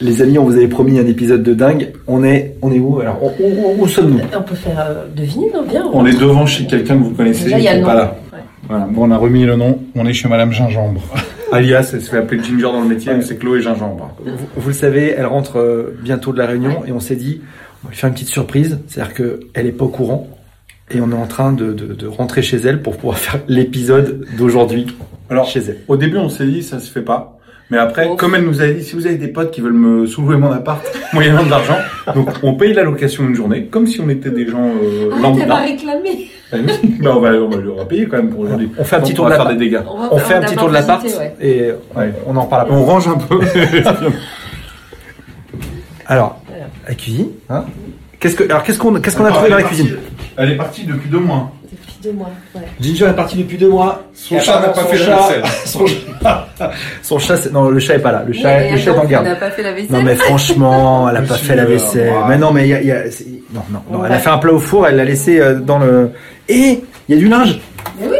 Les amis, on vous avait promis un épisode de dingue. On est, on est où Alors, on- on- on- où sommes-nous On peut faire euh, deviner, non Bien. On est devant chez quelqu'un que vous connaissez, Déjà, il qui y a le n'est nom. pas là. Ouais. Voilà. Bon, on a remis le nom, on est chez Madame Gingembre. Alias, elle se fait appeler Ginger dans le métier, mais c'est Chloé Gingembre. Vous, vous le savez, elle rentre euh, bientôt de la Réunion et on s'est dit, on va lui faire une petite surprise. C'est-à-dire qu'elle n'est pas au courant et on est en train de, de- de rentrer chez elle pour pouvoir faire l'épisode d'aujourd'hui Alors, chez elle. Au début, on s'est dit, ça se fait pas. Mais après, Oh. comme elle nous a dit, si vous avez des potes qui veulent me sous-louer mon appart, moyennant de l'argent, donc on paye la location une journée, comme si on était des gens euh, Ah, t'as pas lambda. réclamé. Ben oui, ben on va, on va lui aura payer quand même pour aujourd'hui. On fait un petit Donc, tour on de va faire l'appart. des dégâts. On, va On faire- fait un va petit tour de l'appart visiter, ouais. et on, Ouais. on en reparle après. On range un peu. Alors, la cuisine, hein Qu'est-ce que, alors qu'est-ce qu'on, qu'est-ce qu'on a trouvé dans la cuisine Elle est partie depuis deux mois. Depuis deux mois. Ouais. Ginger est parti depuis deux mois. Son Et chat n'a pas apparemment, fait son la chat- vaisselle. Son chat, son chat, c'est- non, le chat est pas là. Le chat, Mais le chat est en attends, on garde. n'a pas fait la vaisselle. Non mais franchement, elle a pas Monsieur, fait la vaisselle. euh, Mais non mais il y a, il y a- c'est- non non, non, Ouais. elle a fait un plat au four, elle l'a laissé euh, dans le. Et il y a du linge. Mais oui,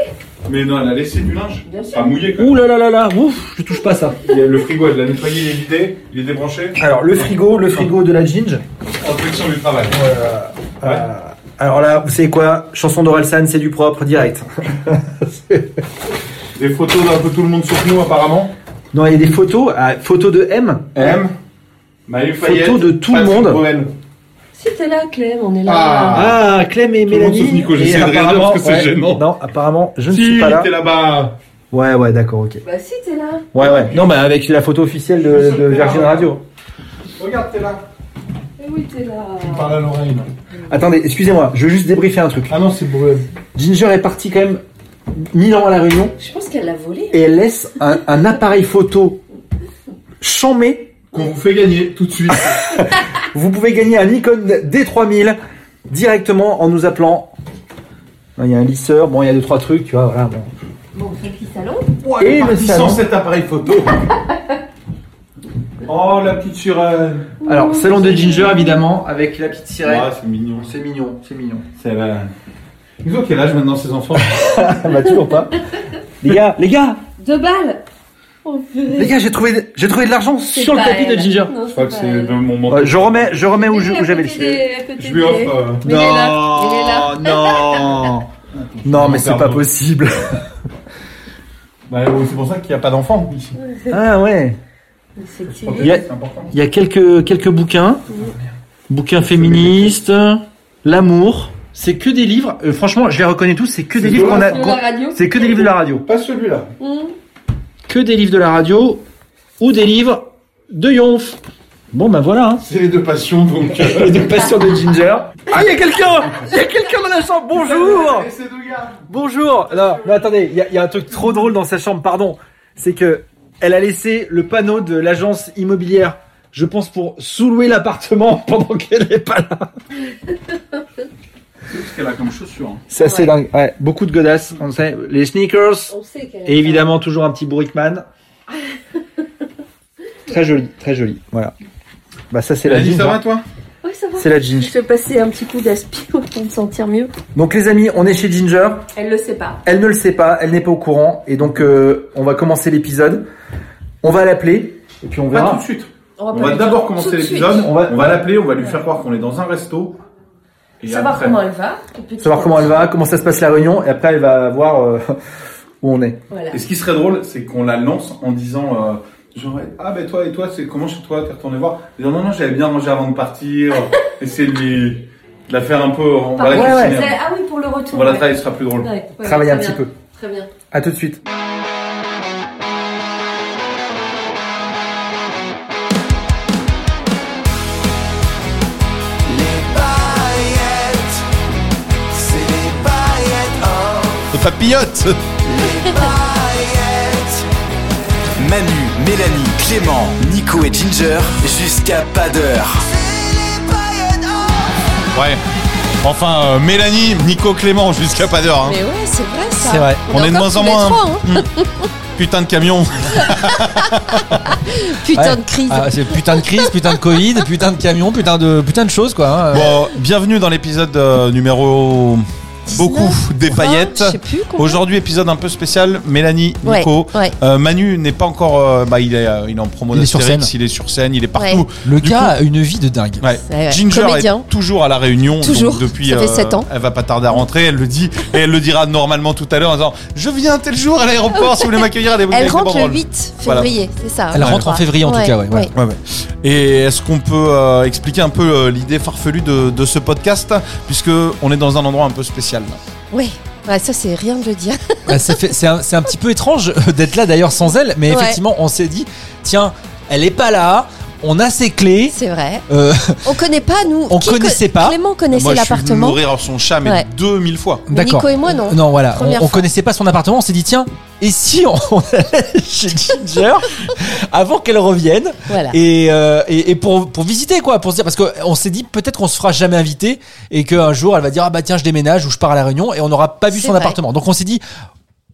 Mais non, elle a laissé du linge. Bien sûr. Pas mouillé quand même. Ouh là là là là, ouf, je touche pas ça. Il y a Le frigo, elle l'a nettoyé, il est vidé, il est débranché. Alors le frigo, le frigo de la Ginge. Inspection du travail. Euh, alors là, vous savez quoi Chanson d'Orelsan, c'est du propre direct. Des photos d'un peu tout le monde sauf nous apparemment. Non, il y a des photos, ah, photos de M. M. Maëlle Fayette. Photos de tout le Patrick monde. Bruel. si t'es là, Clem, on est là. Ah. Ah, Clem et le monde Mélanie. sauf Nico, Et j'essaie de rien dire apparemment- parce que c'est ouais, gênant. Non, apparemment, je ne Si, suis pas là. t'es là-bas. Ouais, ouais, d'accord, ok. Bah si t'es là. Ouais, ouais. Non, mais avec la photo officielle de, de Virgin Radio. Regarde, t'es là. Mais Eh oui, t'es là. Parle à l'oreille. là. Attendez, excusez-moi, je veux juste débriefer un truc. Ah non, c'est Bruel. Ginger est partie quand même mille ans à La Réunion Je pense qu'elle l'a volé. et elle laisse un, un appareil photo chambé. Qu'on vous fait gagner tout de suite. Vous pouvez gagner un Nikon D3000 directement en nous appelant. Il y a un lisseur, bon, il y a deux, trois trucs, tu vois, voilà. bon. Bon, on fait le petit salon. Et le salon. cet appareil photo. oh, la petite sirène. Oh, Alors, salon de Ginger, évidemment, avec la petite sirène. Ah, c'est mignon. C'est mignon, c'est mignon. C'est la... Ils ont quel âge maintenant ces enfants bah, toujours pas. Les gars, les gars, Deux balles. Oh, purée. les gars, j'ai trouvé, j'ai trouvé de l'argent C'est sur le pas tapis de elle. Ginger. Non, Je crois que pas c'est elle. le moment. Euh, je remets, je remets où, Elle je- est à où j'avais côté laissé. des- à côté Je lui des- offre. euh, Mais il est là, il est là. non, non, mais c'est pas possible. bah, oui, c'est pour ça qu'il n'y a pas d'enfants ici. Ah ouais. Effectivement. Il y a, C'est important. il y a quelques, quelques bouquins, bouquins féministes, l'amour. C'est que des livres. euh, franchement, je les reconnais tous. C'est que des C'est livres de qu'on a. Sur qu'on- la radio. C'est que des livres de la radio. Pas celui-là. Hum. Que des livres de la radio ou des livres de Yonf. Bon ben voilà. hein. C'est les deux passions donc. euh, Les deux passions de Ginger. Ah, il y a quelqu'un Il y a quelqu'un dans la chambre Bonjour et ces deux gars. Bonjour Non, mais attendez, il y a- il y, a un truc trop drôle dans sa chambre, pardon. C'est que elle a laissé le panneau de l'agence immobilière, je pense, pour sous-louer l'appartement pendant qu'elle n'est pas là. Qu'est-ce qu'elle a comme chaussure hein C'est assez dingue. Ouais, beaucoup de godasses, on sait. Les sneakers. On sait qu'elle Et évidemment, toujours un petit bourriqueman. Très joli, très joli. Voilà. Bah ça, c'est la Mélanie, jean, ça va hein. toi Ouais, ça va. C'est la jean. Je vais passer un petit coup d'aspi pour me sentir mieux. Donc les amis, on est chez Ginger. Elle le sait pas. Elle ne le sait pas, elle n'est pas au courant, et donc euh, on va commencer l'épisode. On va l'appeler, et puis on Pas tout verra. de suite. va On pas va lui d'abord dire commencer tout de suite. l'épisode. On va, on on va va l'appeler, on va lui faire croire qu'on est dans un resto. Et Savoir après- comment elle va. au petit Savoir comment elle va, comment ça se passe la réunion, et après elle va voir euh, où on est. Voilà. Et ce qui serait drôle, c'est qu'on la lance en disant euh, genre ah ben toi et toi c'est comment chez toi t'es retourné voir. Et non non non j'avais bien mangé avant de partir. Essayer de lui de la faire un peu. On va la Ouais, cuisiner. C'est- Ah oui, pour le retour. On va la ouais. travailler, ce sera plus drôle. Ouais, ouais, Travailler très un petit bien. peu. Très bien. À tout de suite. papillote Manu, Mélanie, Clément, Nico et Ginger jusqu'à pas d'heure. Ouais. Enfin, euh, Mélanie, Nico, Clément, jusqu'à pas d'heure. hein. Mais ouais, c'est vrai ça. C'est vrai. On est de encore moins en tous les moins, trois, hein. Hmm. Putain de camion. Putain Ouais. de crise. Ah, c'est putain de crise, putain de Covid, putain de camion, putain de, putain de choses quoi. hein. Bon, bienvenue dans l'épisode euh, numéro beaucoup des Ah, paillettes. je sais plus combien. Aujourd'hui, épisode un peu spécial. Mélanie, Ouais, Nico, ouais. euh, Manu n'est pas encore. euh, bah, il est, euh, il est en promo Il est sur d'Astérix, scène. il est sur scène, il est partout. Le Du gars coup- a une vie de dingue. Ouais. Ouais, ouais. Ginger Comédien. est toujours à la réunion donc Toujours. depuis euh, Ça fait sept ans. Elle va pas tarder à rentrer, elle le dit et elle le dira normalement tout à l'heure en disant "Je viens tel jour à l'aéroport si vous voulez m'accueillir à des avec Elle des rentre le banderoles." 8 euh, Voilà. février, c'est ça. Elle je rentre en crois. février, en tout cas, ouais, ouais. Ouais, ouais. Et est-ce qu'on peut euh, expliquer un peu euh, l'idée farfelue de, de ce podcast puisque on est dans un endroit un peu spécial. Ouais. Ouais, ça c'est rien de le dire. Ah, ça fait- C'est un, c'est un petit peu étrange euh, d'être là d'ailleurs sans elle, Ouais. mais effectivement on s'est dit tiens, elle est pas là, on a ses clés. C'est vrai. Euh, On connaît pas, nous. On Qui co- connaissait pas. Clément Moi, connaissait je suis venu l'appartement. mourir sur son chat mais Ouais. 2000 fois. Mais D'accord. Nico et moi, non. Non, voilà, on, Première on fois. connaissait pas son appartement, on s'est dit tiens, et si on, on allait chez Ginger avant qu'elle revienne Voilà. et, euh, et, et pour, pour visiter quoi, pour se dire parce que on s'est dit peut-être qu'on se fera jamais inviter et qu'un jour elle va dire ah bah tiens je déménage ou je pars à la Réunion et on n'aura pas vu C'est son vrai. appartement. Donc on s'est dit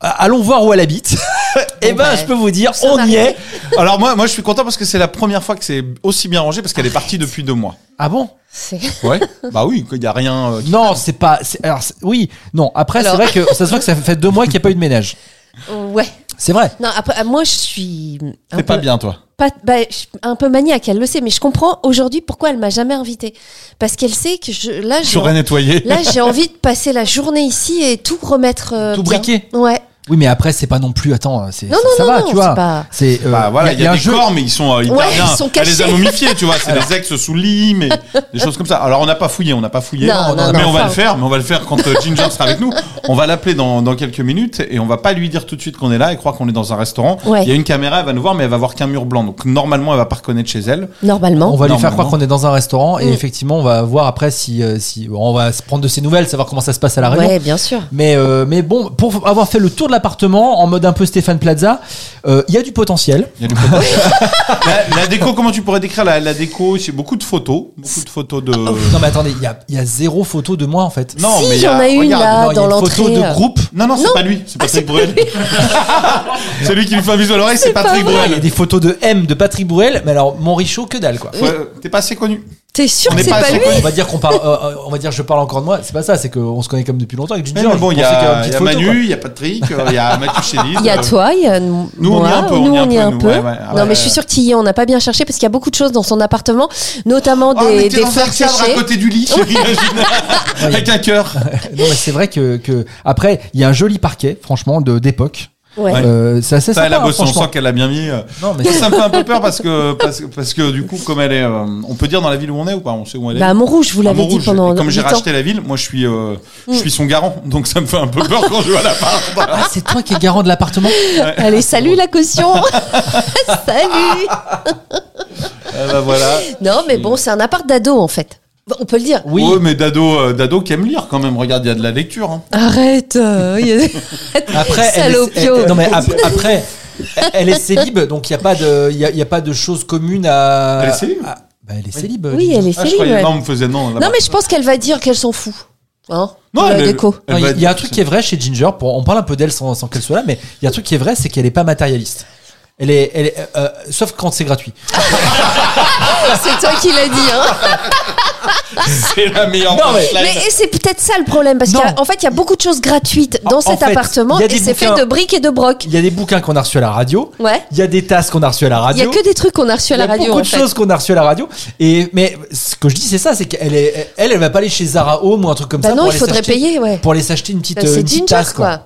ah, allons voir où elle habite. et Bon, ben bah, je peux vous dire nous on sommes y est. arrivés. Alors moi moi je suis content parce que c'est la première fois que c'est aussi bien rangé parce qu'elle est partie depuis deux mois. Ah bon C'est- Ouais. bah oui, il y a rien euh, qui- Non c'est pas. c'est- Alors c'est- oui non après c'est Alors. vrai que ça se voit que ça fait deux mois qu'il n'y a pas eu de ménage. Ouais. C'est vrai. Non, après, euh, moi, je suis. un C'est pas peu- bien toi. pas- bah, je suis un peu maniaque, elle le sait, mais je comprends aujourd'hui pourquoi elle m'a jamais invitée. Parce qu'elle sait que je, là, j'ai, J'aurais nettoyé. là, j'ai envie de passer la journée ici et tout remettre. euh, Tout bien. briquer. Ouais. Oui mais après c'est pas non plus attends c'est Non, ça, non, ça non, va non, tu vois. c'est pas- C'est euh, Bah voilà, il y a, un des jeu- corps, mais ils sont euh, hyper Ouais, bien. ils sont Elle les a cachés. momifiés, tu vois. C'est des ex sous le lit, mais des choses comme ça. Alors on n'a pas fouillé, on n'a pas fouillé. Non, non, mais non, on va enfin- le faire, mais on va le faire quand euh, Ginger sera avec nous. On va l'appeler dans, dans quelques minutes et on va pas lui dire tout de suite qu'on est là et croire qu'on est dans un restaurant. Ouais. Il y a une caméra, elle va nous voir, mais elle va voir qu'un mur blanc. Donc normalement, elle va pas reconnaître chez elle. Normalement. On va lui faire Normalement. croire qu'on est dans un restaurant et Mm. effectivement on va voir après si, euh, si on va se prendre de ses nouvelles, savoir comment ça se passe à la réunion. Ouais, bien sûr. Mais, euh, mais bon, pour avoir fait le tour de l'appartement en mode un peu Stéphane Plaza, euh, il y a du potentiel. Il y a du potentiel. la, la déco, comment tu pourrais décrire la, la déco C'est beaucoup de photos, beaucoup de photos de. Non mais attendez, il y a, il y a zéro photo de moi en fait. Non, Oh, si, mais il il y, en a une regarde, là, non, il y a dans une l'entrée. photo de euh, Ah, Groupe Non, non, c'est Non. pas lui, c'est Patrick Bruel. Celui qui lui fait un bisou à l'oreille, c'est pas Patrick vrai. Il y a Bruel. des photos de M de Patrick Bruel, mais alors mon Richaud que dalle quoi. Faut- euh, T'es pas assez connu. T'es sûr On que est c'est pas pas à lui son On va dire qu'on parle, euh, euh, on va dire je parle encore de moi. C'est pas ça, c'est qu'on se connaît comme depuis longtemps avec Ginger. Mais bon, Je il y a, pensais qu'il une il y a petite photo, quoi. Manu, il y a Patrick, euh, il y a Mathieu Chélis. Il y a euh, toi, il y a nous, Nous, on y est un peu, on nous, y est on y est un un peu, nous, peu. ouais, ouais, ah ouais. non, mais je suis sûre qu'il y est, on n'a pas bien cherché parce qu'il y a beaucoup de choses dans son appartement, notamment Oh, mais des, t'es des dans un fleurs cadre à séchées. côté du lit, imagine, avec un cœur. Non mais c'est vrai que, que après il y a un joli parquet, franchement, de d'époque. Ouais. Euh, c'est assez Ça, sympa. elle a hein, bossé, on franchement. sent qu'elle a bien mis. euh. Non mais Ça me fait un peu peur parce que, parce, que- parce que du coup, comme elle est. euh, on peut dire dans la ville où on est ou pas On sait où elle est Bah, à Montrouge, vous À l'avez dit Montrouge. pendant Et Comme j'ai huit ans. Mm. racheté la ville, moi je suis, euh, je suis son garant, donc ça me fait un peu peur quand je vois la part. Ah, c'est toi qui es garant de l'appartement Allez, salut la caution Salut Ah, bah, voilà. Non, mais bon, c'est un appart d'ado, en fait. Bon, On peut le dire. Oui, mais Dado, euh, Dado qui aime lire quand même. Regarde, il y a de la lecture. hein. Arrête euh, il y a- Après, elle est, Salopio. elle- non mais ap- après, elle est célibe, donc il y a pas de, il y a, il y a pas de choses communes à. Elle est célibe à- bah, elle est célibe. Oui, elle est Ah, je célib, croyais, ouais. non, on me faisait non. là-bas. Non, mais je pense qu'elle va dire qu'elle s'en fout. Hein Non, De la elle- déco. elle Non, va il y a un dire- truc qui est vrai chez Ginger. Pour, on parle un peu d'elle sans, sans qu'elle soit là, mais il y a un truc qui est vrai, c'est qu'elle est pas matérialiste. Elle est, elle est, euh, euh, sauf quand c'est gratuit. C'est toi qui l'as dit, hein C'est la meilleure Non, mais- punchline. Mais et c'est peut-être ça le problème, parce Non. qu'en fait, il y a beaucoup de choses gratuites dans En- en cet fait, appartement il y a et des c'est fait bouquins. de briques et de brocs. Il y a des bouquins qu'on a reçus à la radio. Ouais. Il y a des tasses qu'on a reçues à la Il y a radio. que des trucs qu'on a reçus à Il y la a radio. beaucoup en de fait. choses qu'on a reçues à la radio. Et mais ce que je dis, c'est ça, c'est qu'elle est, elle, elle va pas aller chez Zara Home ou un truc comme Bah ça. non, pour il aller faudrait s'acheter- payer, ouais. Pour aller s'acheter une petite, Bah, euh, une C'est petite Ginger, tasse quoi.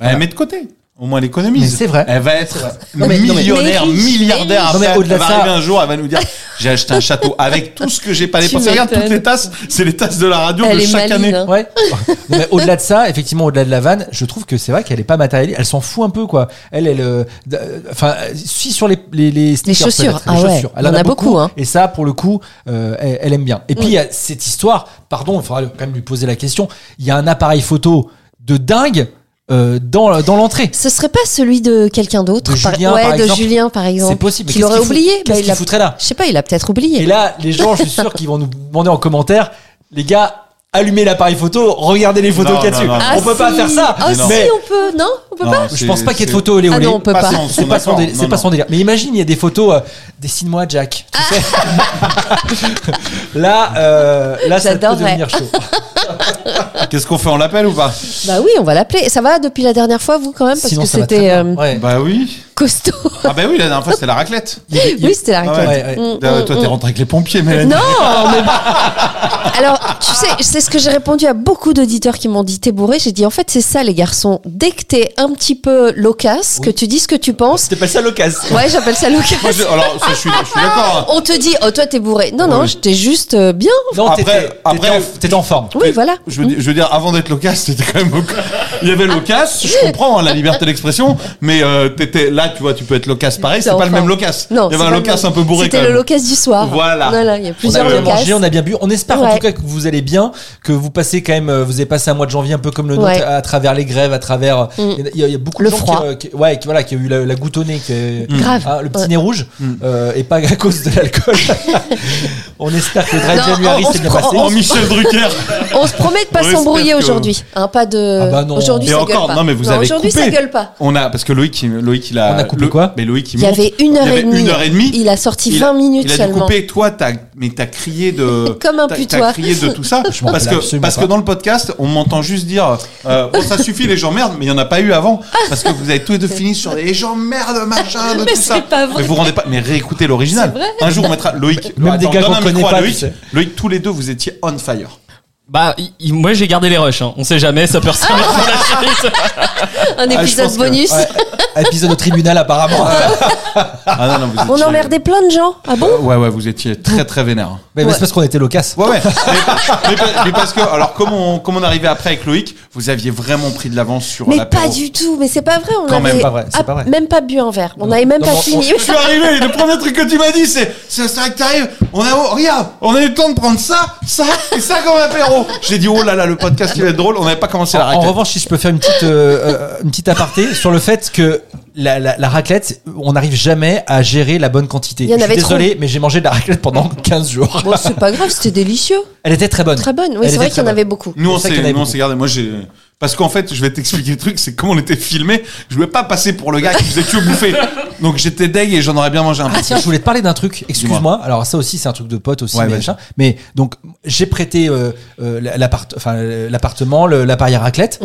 Elle met de côté. Au moins, elle économise. Mais c'est vrai. Elle va être euh, Non, mais- non, mais- millionnaire, Mais riche, milliardaire. mais riche. après. Non, mais au-delà elle va de ça- arriver un jour, elle va nous dire J'ai acheté un château avec tout ce que j'ai pas Tu dépensé. Regarde, m'étonnes. toutes les tasses, c'est les tasses de la radio Elle de est chaque maline, année. hein. Ouais. Non, mais au-delà de ça, effectivement, au-delà de la vanne, je trouve que c'est vrai qu'elle est pas matérielle. Elle s'en fout un peu, quoi. Elle, elle, euh, d- euh, enfin, euh, si sur les les les, sneakers, Les chaussures, peut-être, les ah ouais. chaussures. Il y en a beaucoup, hein. Et ça, pour le coup, euh, elle, elle aime bien. Et puis il y a cette histoire. Pardon, il faudra quand même lui poser la question. Il y a un appareil photo de dingue. euh, dans, la- dans l'entrée. Ce serait pas celui de quelqu'un d'autre De par- Julien, ouais, par de exemple. Julien par exemple. C'est possible. mais Qu'il qu'est-ce aurait qu'il fout- oublié. Bah, Qu'est-ce il qu'il a- foutrait là Je sais pas, il a peut-être oublié. Et là, les gens, je suis sûr qu'ils vont nous demander en commentaire, les gars, allumez l'appareil photo, regardez les photos Non, qu'il y a non, dessus. non, non. Ah on peut pas si. faire ça. Ah Mais non. si, on peut. Non, on peut Non, pas. Je c'est- pense pas qu'il y ait de c'est- photos olé Ah olé. non, on peut pas. son- C'est pas, son, accord. dé- c'est Non, pas non. son délire. Mais imagine, il y a des photos. euh, Dessine-moi, Jack. Tu Ah. sais là, euh, là, ça peut J'adorerais. devenir chaud. Qu'est-ce qu'on fait On l'appelle ou pas Bah oui, on va l'appeler. Ça va depuis la dernière fois, vous quand même, parce Sinon, que ça va très c'était bien. euh, Ouais. Bah oui. costaud. Ah bah oui, la dernière fois c'était la raclette. oui, c'était Ah, la ouais. réponse. Ouais, ouais. Mm, Euh, mm, toi t'es mm. rentré avec les pompiers, Mélanie. Ah, Non, mais alors tu sais, c'est ce que j'ai répondu à beaucoup d'auditeurs qui m'ont dit t'es bourré. J'ai dit en fait c'est ça les garçons. Dès que t'es un petit peu loquace, que tu dis ce que tu penses. C'était pas ça, l'occasion. Ouais, j'appelle ça Moi, loquace. je- alors ça, je suis, je suis d'accord. hein. On te dit oh toi t'es bourré. Non non, Oui. j'étais juste euh, bien. Non, Après- t'étais- t'étais après- en- t'étais en forme. Oui, voilà. Je veux, dire- je veux dire, avant d'être loquace, c'était quand même. loca- Il y avait loquace, je comprends hein, la liberté d'expression, mais euh, t'étais là, tu vois, tu peux être loquace pareil, c'est Enfin, pas le même loquace. Il y Non, c'est avait un pas loquace le- un peu bourré quand C'était le même. loquace du soir. Voilà. il y a On a plusieurs bien locaces. mangé, on a bien bu. On espère en Ouais. tout cas que vous allez bien, que vous passez quand même, euh, vous avez passé un mois de janvier un peu comme le nôtre, Ouais. à travers les grèves, à travers. Mm. Il y, a- il y a beaucoup Le de gens froid. Qui, euh, qui- ouais, qui, voilà, qui a eu la, la goutte au nez, qui a- Mm. Grave. hein, le petit Ouais. nez rouge, euh, et pas à cause de l'alcool. on espère que le Dry Non, January on- on s'est se bien prend- passé. Oh, Michel Drucker On se promet de pas On espère s'embrouiller que- aujourd'hui. Hein, pas de. Ah bah non. Aujourd'hui, Et ça encore, gueule pas. non mais vous avez Aujourd'hui, coupé. ça gueule pas. On a parce que Loïc, il- Loïc il a. On a coupé le- quoi Mais Loïc il Il y monte. avait une heure Il y avait et demie. une heure et demie. Il a sorti Il a- 20 minutes il a dû seulement. couper, toi, t'as, mais t'as crié de. Comme un t'as- putois. T'as crié de tout ça. Je m'en parce rappelle que, absolument parce que pas. dans le podcast, on m'entend juste dire euh, Bon, ça suffit, les gens merdent, mais il n'y en a pas eu avant. Parce que vous avez tous les deux fini sur les gens merdent, machin, de Mais tout c'est ça. pas vrai. Mais vous rendez pas. Mais réécoutez l'original. C'est vrai. Un jour, on mettra Loïc. Même Attends, des gars donne qu'on un connaît micro à pas, tu Loïc. sais. Loïc, tous les deux, vous étiez on fire. Bah, il- il- moi j'ai gardé les rushs. hein. On sait jamais, ça peut resservir pour la suite. Un Ah, je épisode pense que- bonus. Ouais, épisode au tribunal apparemment. Ah non, non, vous On étiez- emmerdait plein de gens. Ah bon Ouais, ouais, vous étiez très, très vénère. mais mais c'est parce qu'on était loquace. Ouais, ouais. mais, mais pa- mais parce que, alors, comme on, comme on arrivait après avec Loïc, vous aviez vraiment pris de l'avance sur Mais l'apéro. pas du tout. Mais c'est pas vrai. On Quand avait même pas vrai, c'est ah, pas vrai. même pas bu un verre. On avait même Non, pas on- fini. Je suis arrivé, le premier truc que tu m'as dit, c'est c'est vrai que t'arrives, on a, oh, regarde, on a eu le temps de prendre ça, ça et ça comme apéro. J'ai dit, oh là là, le podcast il va être drôle, on n'avait pas commencé la En raclette. revanche, si je peux faire une petite, euh, euh, une petite aparté sur le fait que la, la- la raclette, on n'arrive jamais à gérer la bonne quantité. Il y en je suis avait désolé, mais j'ai mangé de la raclette pendant 15 jours. Bon, c'est pas grave. C'était délicieux. Elle était très bonne. Très bonne. Elle Oui, c'est était vrai très qu'il y en bonne. avait beaucoup. nous, on c'est ça qu'il y s'est, en avait nous, on beaucoup. s'est gardé. Moi, j'ai, parce qu'en fait, je vais t'expliquer le truc, c'est comme on était filmé, je voulais pas passer pour le gars qui faisait que bouffer. Donc j'étais deg et j'en aurais bien mangé un Ah petit. tiens, je voulais te parler d'un truc. Excuse-moi. Alors ça aussi, c'est un truc de pote aussi, Ouais, mais vas-y. machin. Mais donc j'ai prêté euh, euh, l'appart, enfin euh, l'appartement, le- l'appareil à raclette.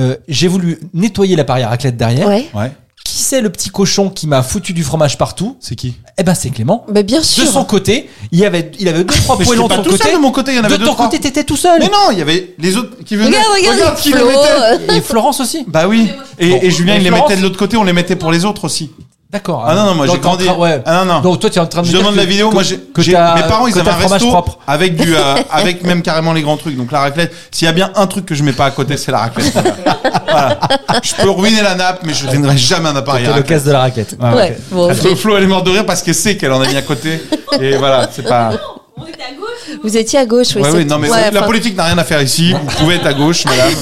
Euh, j'ai voulu nettoyer l'appareil à raclette derrière. Mhm. Ouais. Ouais. Qui c'est le petit cochon qui m'a foutu du fromage partout C'est qui? Eh ben c'est Clément. Mais Bah, bien De son sûr. côté, il y avait, il avait deux trois Mais poêlons j'étais pas de son tout côté. seul de mon côté, il y en avait de deux, ton trois. côté, t'étais tout seul. Mais non, il y avait les autres qui venaient. Regarde, regarde, qui les Flo, mettait. euh, Et Florence aussi. Bah oui. Et, Bon. et Julien, Et il les Florence mettait de l'autre côté, on les mettait pour les autres aussi. D'accord. Ah non, non, moi, Donc, j'ai t'es en grandi. train- ouais. Ah non, non. Donc toi, tu es en train de Je me dire demande que- la vidéo. que- Moi, j'ai, que j'ai- mes t'as- parents, ils que avaient t'as un le fromage resto propre. avec du, euh, avec même carrément les grands trucs. Donc la raclette. S'il y a bien un truc que je mets pas à côté, c'est la raclette. voilà. Voilà. Je peux ruiner la nappe, mais je ruinerai jamais un appareil. à T'es le raclette. casse de la raquette. Ah, Ouais. ok. Bon, Parce que Flo, elle est morte de rire parce qu'elle sait qu'elle en a mis à côté. Et voilà, c'est pas. On était à gauche. Vous étiez à gauche. Oui, Ouais, c'est- ouais, non, mais ouais, la enfin, politique n'a rien à faire ici. Vous pouvez être à gauche, madame.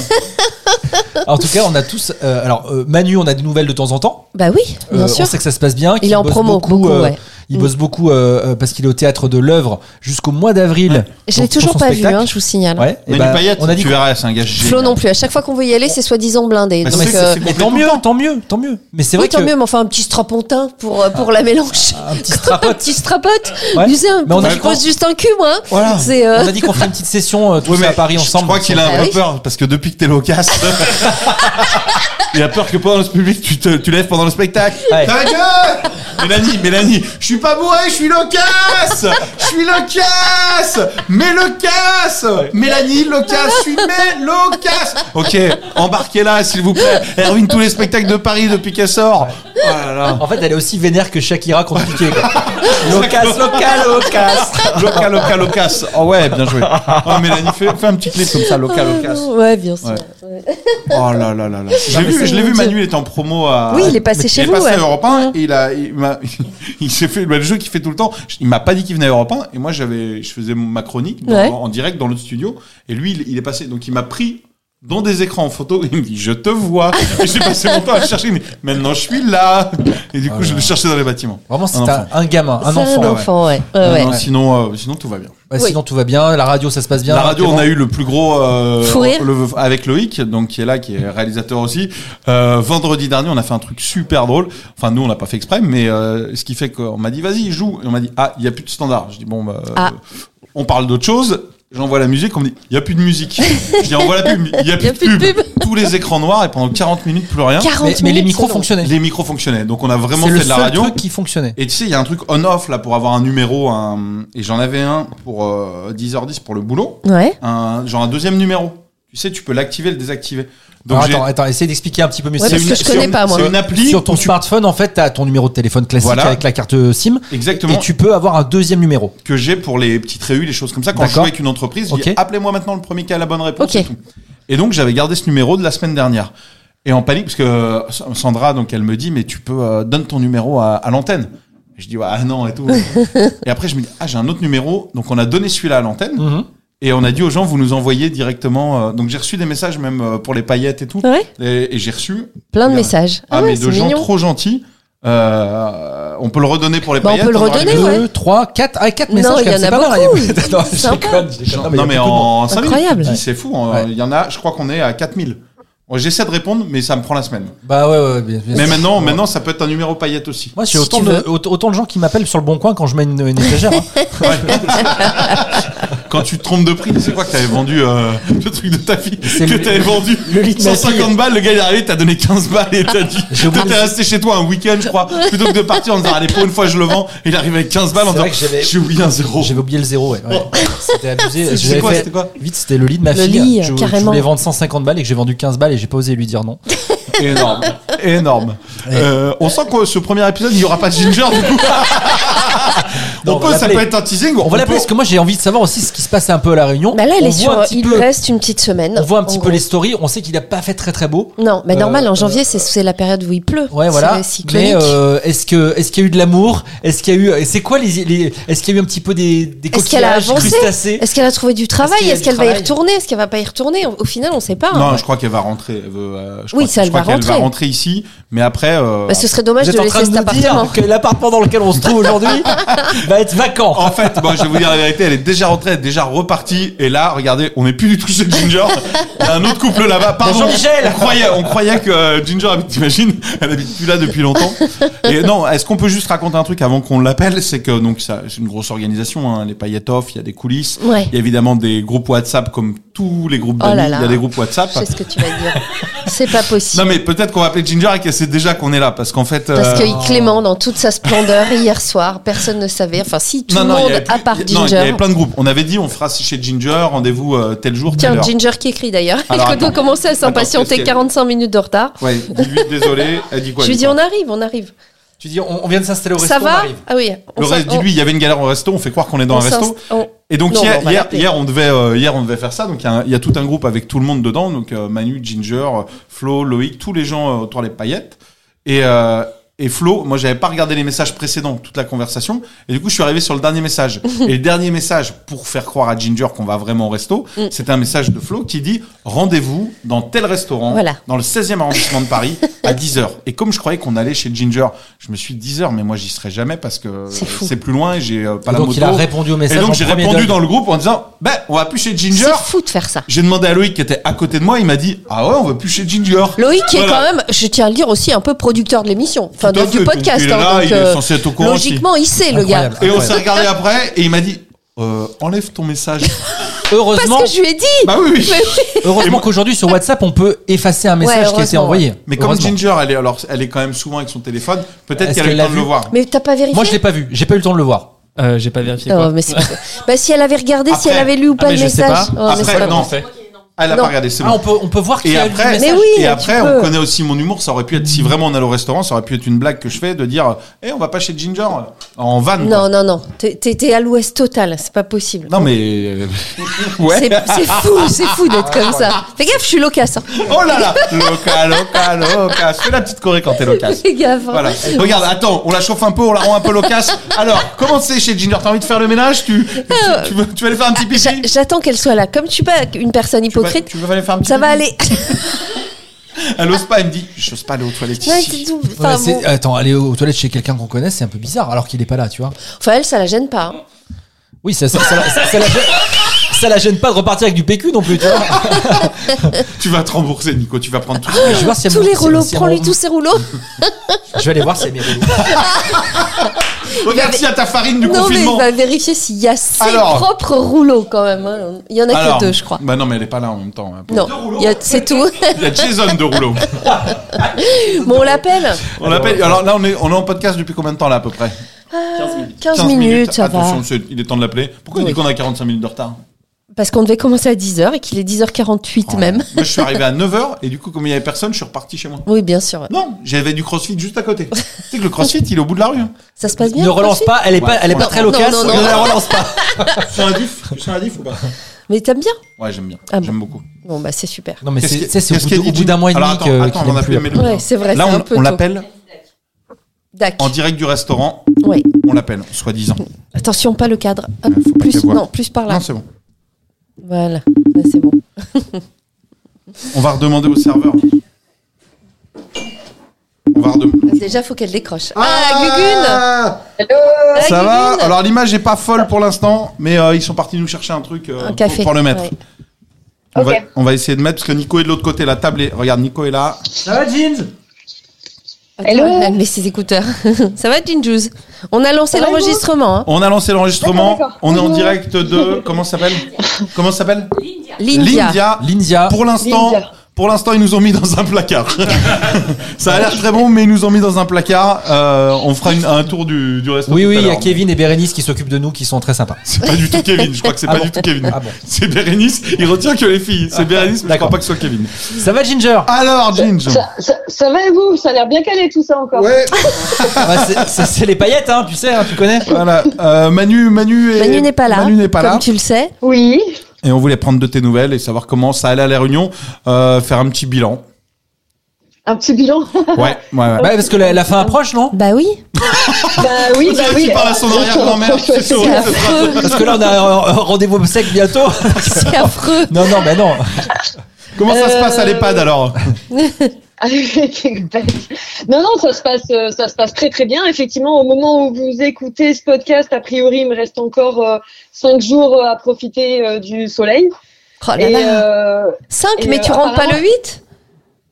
En tout cas, on a tous. euh, alors euh, Manu, on a des nouvelles de temps en temps. Bah oui, bien Euh, sûr. On sait que ça se passe bien. Il qu'il est en bosse promo, beaucoup, euh, ouais. Il Mm. bosse beaucoup euh, euh, parce qu'il est au théâtre de l'œuvre jusqu'au mois d'avril. Je l'ai Donc, pour toujours son pas vu. spectacle. hein, Je vous signale. Ouais. Et Manu bah, Payette, on a dit tu verras, c'est un gars génial. Flo non plus. À chaque fois qu'on veut y aller, c'est soi-disant blindé. Bah, Donc, c'est- c'est- euh, c'est- Mais tant mieux, tant mieux, tant mieux. Mais c'est oui, vrai tant que Ah, mieux, mais enfin un petit strapontin pour, euh, pour la mélange. un petit strapote. un petit strapote. Ouais. Tu sais, un Mais on a petit- le je pose temps. juste un cul, moi. Voilà. C'est, euh, on a dit qu'on ferait une petite session euh, tous Ouais, mais à Paris je- ensemble. Je crois qu'il a Ah un peu oui. peur parce que depuis que t'es loquace, il a peur que pendant le public tu te tu lèves pendant le spectacle. Ouais. Ta gueule Mélanie, Mélanie, je suis pas bourré, je suis loquace, je suis loquace, mais loquace, Mélanie loquace, je suis mais loquace. Ok, embarquez-la s'il vous plaît. Elle ruine tous les spectacles de Paris depuis qu'elle sort. Oh là là. En fait, elle est aussi vénère que Shakira contre Piqué. quoi. Locasse, local, locasse. Loca, loca, locace. Oh ouais, bien joué. Oh, Mélanie, fais, fais un petit clip comme ça, loca, locace. ouais, bien sûr. Ouais. Oh là là là là. Je l'ai vu, je l'ai vu, Manu, il était en promo à. Oui, il est passé chez il vous, est passé ouais. à Europe 1, et il a, il m'a, il s'est fait, bah, le jeu qu'il fait tout le temps. Il m'a pas dit qu'il venait à Europe 1, et moi, j'avais, je faisais ma chronique dans- Ouais. en direct dans l'autre studio, et lui, il, il est passé. Donc, il m'a pris dans des écrans en photo. Il me dit, je te vois. Et j'ai passé mon temps à le chercher. Mais maintenant, je suis Ah là. Et du coup, je le cherchais dans les bâtiments. Vraiment, c'est enfant. un, un gamin, un C'est enfant. un enfant, ouais. Ouais, Non, ouais. non, sinon, euh, sinon, tout va bien. Ouais, Sinon, tout va bien. La radio, ça se passe bien. La radio, t'es on bon. a eu le plus gros euh, Fou rire. le- avec Loïc, donc qui est là, qui est réalisateur aussi. Euh, vendredi dernier, on a fait un truc super drôle. Enfin, nous, on l'a pas fait exprès, mais euh, ce qui fait qu'on m'a dit vas-y joue, et on m'a dit ah il y a plus de standard. Je dis bon, bah, Ah. euh, on parle d'autre chose. J'envoie la musique, on me dit il y a plus de musique. Je dis envoie la pub, il y a plus, de, pub. Tous les écrans noirs et pendant 40 minutes plus rien. 40 Hein Mais- mais les minutes, micros c'est long. fonctionnaient. Les micros fonctionnaient, donc on a vraiment C'est fait le de la seul radio. truc qui fonctionnait. Et tu sais, il y a un truc on-off là pour avoir un numéro, un- et j'en avais un pour euh, 10h10 pour le boulot. Ouais. Un, genre un deuxième numéro. Tu sais, tu peux l'activer, le désactiver. Alors, j'ai- attends, attends, essaye d'expliquer un petit peu mieux. Ouais, C'est parce que je connais une- pas, moi. C'est une appli. Sur ton smartphone, en fait, t'as ton numéro de téléphone classique Voilà. avec la carte SIM. Exactement. Et tu peux avoir un deuxième numéro. que j'ai pour les petites réus, les choses comme ça. Quand je joue D'accord. avec une entreprise, je dis Ok. appelez-moi maintenant le premier qui a la bonne réponse. Ok. Et, tout. Et donc j'avais gardé ce numéro de la semaine dernière. Et en panique, parce que euh, Sandra, donc elle me dit, mais tu peux, euh, donne ton numéro à, à l'antenne. Et Je dis, ouais, ah non, et tout. et après, je me dis, ah, j'ai un autre numéro. Donc on a donné celui-là à l'antenne. Mm-hmm. Et on a dit aux gens, vous nous envoyez directement. euh, donc j'ai reçu des messages même euh, pour les paillettes et tout. Ouais. Et, et j'ai reçu Plein de Regarde. messages. Ah, Ah ouais, mais de c'est gens mignon. trop gentils. Euh, on peut le redonner pour les Bah, on paillettes. peut le aura redonner, les deux. ouais. 2, 3, 4. Ah, 4 Non, messages, il y quand même, en c'est a pas mal. beaucoup. il y a- Attends, je Sympa. déconne, je déconne. Non, mais il y a beaucoup de monde. en 5 Incroyable. minutes, je dis, c'est fou. on- Il y en a, je crois qu'on est à 4000. Bon, J'essaie de répondre, mais ça me prend la semaine. Bah ouais, ouais, bien, bien Mais sûr. maintenant, maintenant, ça peut être un numéro paillette aussi. Moi, j'ai Si autant, tu de, veux. aut- autant de gens qui m'appellent sur le bon coin quand je mets une, une étagère. hein. Quand tu te trompes de prix, c'est quoi que t'avais vendu euh, le truc de ta fille C'est que le- t'avais vendu le lit de ma 150 fille. balles, le gars il est arrivé, t'as donné 15 balles et t'as dit J'ai oublié. t'étais resté chez toi un week-end je crois plutôt que de partir en disant allez pour une fois je le vends il arrive avec 15 balles en C'est disant vrai que j'avais- j'ai oublié un zéro J'avais oublié le zéro, ouais. ouais. Oh. C'était abusé. C'est- Je c'est l'avais quoi, fait- c'était quoi Vite, c'était le lit de ma Le fille. lit, je, je carrément. voulais vendre 150 balles et que j'ai vendu 15 balles et j'ai pas osé lui dire non. énorme énorme Euh, on sent que ce premier épisode il y aura pas de Ginger du coup Non, on peut va ça l'appeler. peut être un teasing On va l'appeler peut- parce que moi j'ai envie de savoir aussi ce qui se passe un peu à la Réunion. Bah là, elle on est voit sur- un petit il peu- reste une petite semaine. On voit un petit en peu gros. les stories. On sait qu'il a pas fait très très beau. Non, mais Euh, normal, en janvier, c'est- c'est la période où il pleut. Ouais, voilà. C'est Mais cyclonique. euh, est-ce que est-ce qu'il y a eu de l'amour Est-ce qu'il y a eu C'est quoi les, les- Est-ce qu'il y a eu un petit peu des des Est-ce qu'elle a coquillages avancé crustacés Est-ce qu'elle a trouvé du qu'il travail y a Est-ce du qu'elle va y travail retourner Est-ce qu'elle va pas y retourner On- Au final, on sait pas. hein. Non, je crois qu'elle va rentrer. elle veut, euh, je Oui, crois, ça, elle je crois va qu'elle va rentrer. rentrer ici, mais après. euh, Bah, ce serait dommage Vous de êtes en train laisser de cet nous appartement. dire que l'appartement dans lequel on se trouve aujourd'hui va être vacant. En fait, bon, je vais vous dire la vérité, elle est déjà rentrée, elle est déjà repartie, et là, regardez, on n'est plus du tout chez Ginger. Il y a un autre couple là-bas. Pardon. Jean-Michel On croyait, on croyait que euh, Ginger habite, t'imagines, elle habite plus là depuis longtemps. Et non, est-ce qu'on peut juste raconter un truc avant qu'on l'appelle C'est que donc ça, c'est une grosse organisation, hein, les paillettes off, il y a des coulisses, il Ouais. y a évidemment des groupes WhatsApp comme tous les groupes Oh là d'amis, là. il y a des groupes WhatsApp. Je sais ce que tu vas dire. C'est pas Non possible. mais peut-être qu'on va appeler Ginger et qu'elle sait déjà qu'on est là parce qu'en fait. Parce euh, que Clément, dans toute sa splendeur, hier soir, personne ne savait. Enfin, si, tout le il y monde, avait plus- à part il y- non, il y Ginger. avait plein de groupes. On avait dit on fera chez Ginger, rendez-vous euh, tel jour, telle Tiens, heure. Ginger qui écrit d'ailleurs. Alors, Elle doit attends. commencer à Attends, s'impatienter qu'est-ce 45 minutes de retard. Ouais, dis-lui désolé. Elle dit quoi Je lui elle dis, quoi on arrive, on arrive. Tu dis on, on vient de s'installer au resto. Ça on va arrive. Ah oui. on Le s'in- reste, on- dis-lui, il y avait une galère au resto, on fait croire qu'on est dans on un resto. s'inst- on- Et donc Non, hier, bah, on va hier, l'appeler. hier, on devait, euh, hier, on devait faire ça. Donc il y a un- il y, a tout un groupe avec tout le monde dedans. Donc euh, Manu, Ginger, euh, Flo, Loïc, tous les gens euh, autour des paillettes. Et, euh, et Flo, moi j'avais pas regardé les messages précédents, toute la conversation. Et du coup, je suis arrivé sur le dernier message. et le dernier message pour faire croire à Ginger qu'on va vraiment au resto, Mm. c'est un message de Flo qui dit rendez-vous dans tel restaurant, Voilà. dans le 16e arrondissement de Paris, à 10h. Et comme je croyais qu'on allait chez Ginger, je me suis dit 10h, mais moi j'y serai jamais parce que C'est fou. c'est plus loin et j'ai euh, pas Et la donc, moto. il a répondu au message Et donc en j'ai premier répondu dog. dans le groupe en disant ben on va plus chez Ginger. C'est fou de faire ça. J'ai demandé à Loïc qui était à côté de moi, il m'a dit ah ouais on va plus chez Ginger. Loïc qui est Voilà. quand même, je tiens à le dire aussi, un peu producteur de l'émission, enfin Tout à de- du fait, podcast. donc il est là, hein, il est censé être au courant Logiquement, il sait le gars. Incroyable. Et on s'est regardé après et il m'a dit euh, enlève ton message. Parce Heureusement, que je lui ai dit. bah oui oui. Mais heureusement qu'aujourd'hui sur WhatsApp on peut effacer un message qui a été heureusement, envoyé. Mais comme Heureusement. Ginger elle est alors elle est quand même souvent avec son téléphone, peut-être Est-ce qu'elle a eu qu'elle le temps l'a de le vu voir. Mais t'as pas vérifié Moi je l'ai pas vu, j'ai pas eu le temps de le voir. Euh, j'ai pas vérifié Non, quoi. mais c'est pas vrai. bah, si elle avait regardé, si Après- elle avait lu ou pas Ah, mais le je sais message. pas. Oh, mais c'est après pas non. vrai. Elle a Non. pas regardé, c'est Ah, bon. on peut on peut voir qui Et a eu le après, message. Oh. Mm. Mais oui, et tu après peux. on connaît aussi mon humour. Ça aurait pu être, si vraiment on est au restaurant, ça aurait pu être une blague que je fais de dire Eh, on va pas chez Ginger en van. Non, non, non. T'es- T'es t'es à l'ouest total, c'est pas possible. Non, mais. ouais. Ah, C'est c'est fou, c'est fou d'être comme ça. Fais gaffe, je suis loquace. hein. Oh là là Loca, loca, loca. Fais la petite choré quand t'es locasse. Fais gaffe. hein. Voilà. Regarde, attends, on la chauffe un peu, on la rend un peu locasse. Alors, comment c'est chez Euh, Ginger T'as envie de faire le ménage tu, tu, tu veux, tu veux aller faire un petit J'a- pipi J'attends qu'elle soit là. Comme je suis pas une personne hypocrite. Tu veux aller faire un petit Ça va aller. Elle ose pas, elle me dit J'ose pas aller aux toilettes Ouais, ici. c'est tout. Ouais, Enfin, c'est- euh, bon. Attends, aller aux toilettes chez quelqu'un qu'on connaît, c'est un peu bizarre, alors qu'il est pas là, tu vois. Enfin, elle, ça la gêne pas. hein. Oui, ça, ça, ça, la- ça la gêne, ça la gêne pas de repartir avec du PQ non plus, tu vois. Tu vas te rembourser, Nico, tu vas prendre tout. Je vais voir si elle tous me- les si elle- rouleaux, si elle prends-lui me- tous ces rouleaux. Je vais aller voir si elle est rouleaux. Oh, Regarde s'il y a ta farine du non, mais il confinement. va vérifier s'il y a ses Alors. propres rouleaux quand même. hein. Il y en a Alors, que deux, je crois. Bah non, mais elle est pas là en même temps. hein. Non, il y a- c'est tout. Il y a Jason de rouleau. bon, on l'appelle. On l'appelle. Alors là, on est, on est en podcast depuis combien de temps là à peu près Ah, 15 minutes, ça Attention, va. c'est- il est temps de l'appeler. Pourquoi il dit qu'on a 45 minutes de retard Parce qu'on devait commencer à 10h et qu'il est 10h48 même. Oh, Moi, je suis arrivé à 9h et du coup, comme il y avait personne, je suis reparti chez moi. Oui, bien sûr. ouais. Non, j'avais du crossfit juste à côté. tu sais que le crossfit, il est au bout de la rue. hein. Ça se passe bien Ne le relance crossfit pas, elle est pas, elle est Ouais, pas ouais. très Non, loquace. non, non. Ne la relance pas. Tu sens un diff Tu sens un diff ou pas Mais t'aimes bien Ouais, j'aime bien. Ah bon. J'aime beaucoup. Bon, bah c'est super. Non, mais Qu'est-ce c'est qui- tu sais, c'est au qu'est-ce bout qui de- est au dit, bout d'un mois et Alors, demi attends, que- attends, qu'il on aime appelle plus. Mélodie. Ouais, c'est vrai, Là, c'est un on, peu on tôt. l'appelle Dac. en direct du restaurant. Ouais. On l'appelle, soi-disant. Attention, pas le cadre. Faut Hop, pas qu'elle plus, voie. non, plus par là. Non, c'est bon. Voilà, ça, c'est bon. On va redemander au serveur. On va redemander. Déjà, faut qu'elle décroche. Ah, Gugune Ah, Ça va Gugune Alors l'image n'est pas folle pour l'instant, mais euh, ils sont partis nous chercher un truc euh, Un pour- café. Pour, le mettre. Ouais. On, va, on va essayer de mettre parce que Nico est de l'autre côté. La table est. Regarde, Nico est là. Ça va, Jeans Attends, elle a enlevé ses écouteurs. ça va, Ginjous On a lancé l'enregistrement. hein. On a lancé l'enregistrement. D'accord, d'accord. On est en Bonjour. direct de comment ça s'appelle Comment ça s'appelle L'India. L'India. Pour l'instant, L'India. pour l'instant, ils nous ont mis dans un placard. ça a l'air très bon, mais ils nous ont mis dans un placard. Euh, on fera une- un tour du, du resto. Oui, tout oui, à il y a l'heure. Kevin et Bérénice qui s'occupent de nous, qui sont très sympas. C'est pas du tout Kevin. Je crois que c'est Ah pas bon du tout Kevin. Ah bon. C'est Bérénice. Il retient que les filles. C'est Bérénice, mais je crois pas que ce soit Kevin. Ça va, Ginger Alors, Ginge. Ça, ça- ça va et vous Ça a l'air bien calé tout ça encore. Ouais. Ah, c'est- c'est c'est les paillettes, hein, tu sais, hein, tu connais. Voilà. Euh, Manu, Manu, est- Manu n'est pas là. Manu n'est pas comme là. tu le sais. Oui. Et on voulait prendre de tes nouvelles et savoir comment ça allait à la réunion, euh, faire un petit bilan. Un petit bilan. Ouais, ouais, ouais. Bah Ouais, parce que la, la fin approche, non Bah oui. bah oui, bah oui. Tu parles à son arrière-grand-mère. hein, C'est sûr. C'est affreux. Parce que là, on a un- un rendez-vous sec bientôt. C'est affreux. Non, non, bah non. Comment ça se Euh, passe à l'EHPAD alors Oh Ah, non, non, ça se passe, euh, ça se passe très très bien. Effectivement, au moment où vous écoutez ce podcast, a priori, il me reste encore euh, cinq jours euh, à profiter euh, du soleil. Oh là Et, là. euh, 5, et, mais tu euh, rentres pas le 8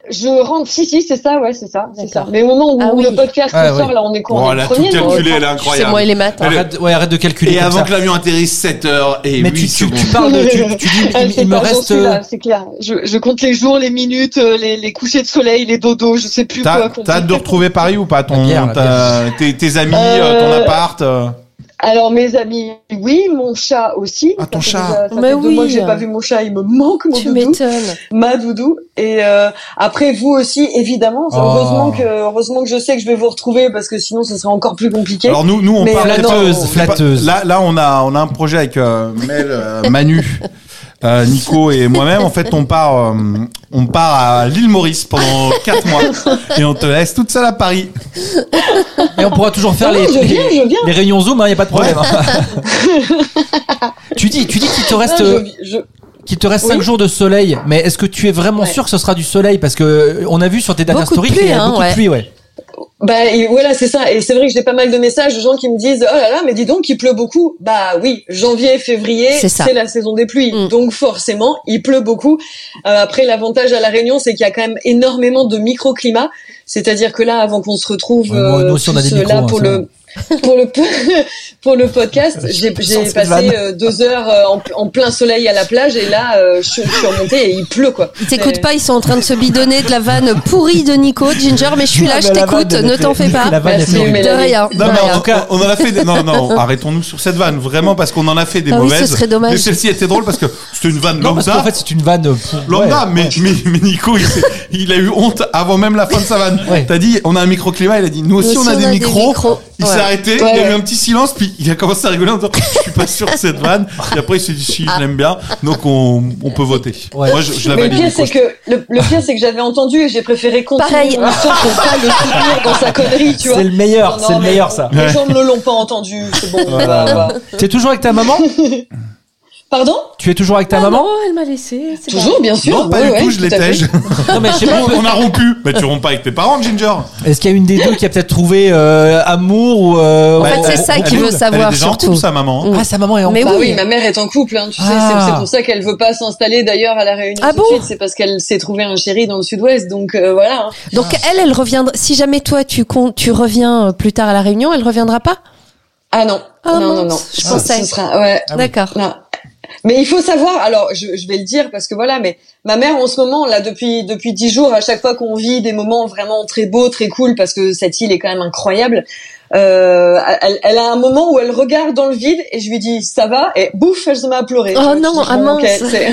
je rentre, si, si, c'est ça, ouais, c'est ça, c'est ça. D'accord. Mais au moment où Ah oui. le podcast Ah, sort, oui. là, on est Oh, quand on elle est a premier, tout non calculé, elle est C'est incroyable. moi et les maths. hein. Elle est- Arrête, ouais, arrête de calculer. Et comme avant ça. que l'avion atterrisse 7 h et Mais 8 tu, tu, secondes. tu parles, de- tu, tu dis, Ah, il, c'est il me pas reste. euh, gentil, là, c'est clair. Je, je compte les jours, les minutes, euh, les, les couchers de soleil, les dodos, je sais plus T'as quoi. t'as hâte de retrouver Paris ou pas ton, La bière, la ta- tes, tes amis, Euh, euh, ton appart euh Alors mes amis, oui, mon chat aussi. Ah, ton Ça fait chat. déjà- ça Mais fait deux oui. mois que j'ai pas vu mon chat, il me manque mon Tu doudou, m'étonnes. ma doudou. Et euh, après vous aussi, évidemment. Oh. Heureusement que heureusement que je sais que je vais vous retrouver parce que sinon ce serait encore plus compliqué. Alors nous, nous on Mais, parle euh, Flatteuse, on- flatteuse. Là, là, on a, on a un projet avec euh, Mel, euh, Manu, euh, Nico et moi-même. En fait, on part, euh, on part à l'île Maurice pendant 4 mois et on te laisse toute seule à Paris. Et on pourra toujours faire Non, les, je viens, les, je viens. les réunions Zoom, il n'y a pas de problème. hein. tu dis, tu dis qu'il te reste. Putain, je- je- qu'il te reste Oui. 5 jours de soleil, mais est-ce que tu es vraiment Ouais. sûr que ce sera du soleil Parce que euh, on a vu sur tes dernières Beaucoup de stories qu'il y a pluie, hein, beaucoup de ouais. pluie, ouais. Bah et voilà, c'est ça. Et c'est vrai que j'ai pas mal de messages de gens qui me disent "Oh là là, mais dis donc, il pleut beaucoup." Bah oui, janvier, février, C'est ça. c'est la saison des pluies. Mm. Donc forcément, il pleut beaucoup. Euh, après l'avantage à la Réunion, c'est qu'il y a quand même énormément de microclimats, c'est-à-dire que là avant qu'on se retrouve Ouais, moi, nous aussi, on a des tous, euh, micros, là hein, pour c'est le pour le pour le podcast, j'ai j'ai cette passé vanne. euh, deux heures euh, en, en plein soleil à la plage et là euh, je, suis- je suis remontée et il pleut quoi. Ils t'écoutent pas, ils sont en train de se bidonner de la vanne pourrie de Nico. Ginger, mais je suis là, Ah, je mais la vanne, t'écoute, elle ne était- t'en fais pas. La vanne, elle Merci, était horrible. mais- De rien. Non, de mais rien. Bah, en tout cas, on en a fait. Des... Non, non, arrêtons-nous sur cette vanne. Vraiment, parce qu'on en a fait des Ah oui, ce mauvaises. serait dommage. Mais celle-ci était drôle parce que c'était une vanne Non, parce lambda. qu'en fait, c'est une vanne. euh, pff, Lambda, ouais. mais, mais, mais Nico, il, s'est- il a eu honte avant même la fin de sa vanne. Ouais. T'as dit, on a un microclimat, il a dit, nous aussi, on, a, des, micros. Il Ouais. s'est arrêté, il y a Ouais. eu un petit silence, puis il a commencé à rigoler en disant, je suis pas sûr de cette vanne. Et après, il s'est dit, si, je l'aime bien, donc on, on peut voter. Ouais. Moi, je, je la Mais le valide. pire, Nico. c'est que le, le pire, c'est que j'avais entendu et j'ai préféré continuer Pareil. mon histoire pour pas le soutenir dans sa connerie, tu vois. C'est le meilleur, Non, c'est le mais meilleur ça. Les gens ne l'ont pas entendu. C'est bon. bah, bah. T'es toujours avec ta maman Pardon Ah Tu es toujours avec ta maman Non, elle m'a laissé. Toujours, bien sûr. Non, pas Ouais, du ouais, tout, je à fait. l'étais. Non, mais je sais pas, peut- On a rompu. Mais tu romps pas avec tes parents, Ginger. Est-ce qu'il y a une des deux qui a peut-être trouvé euh, amour ou euh, En fait, ou- c'est ou- ça ou- qu'il ou- veut savoir, surtout. Mm. Ah, sa maman est en Mais couple. oui. ma mère est en couple. hein, tu sais, Ah. c'est- c'est pour ça qu'elle veut pas s'installer d'ailleurs à la Ah Réunion tout de suite. C'est parce qu'elle s'est trouvée un chéri dans le Sud-Ouest. Donc euh, voilà. hein. Donc elle, elle reviendra. Si jamais toi tu comptes, tu reviens euh, plus tard à la réunion, elle reviendra pas Ah non. Ah, non, non, non. mince, je Ah, pensais. ce sera- ouais. Ah oui. D'accord. Non. Mais il faut savoir, alors je, je vais le dire parce que voilà, mais ma mère en ce moment là depuis depuis dix jours, à chaque fois qu'on vit des moments vraiment très beaux, très cool, parce que cette île est quand même incroyable. euh, elle, elle a un moment où elle regarde dans le vide et je lui dis ça va et bouf, elle se met à pleurer. Oh Je- je non, dis, ah bon, mince. ok, c'est-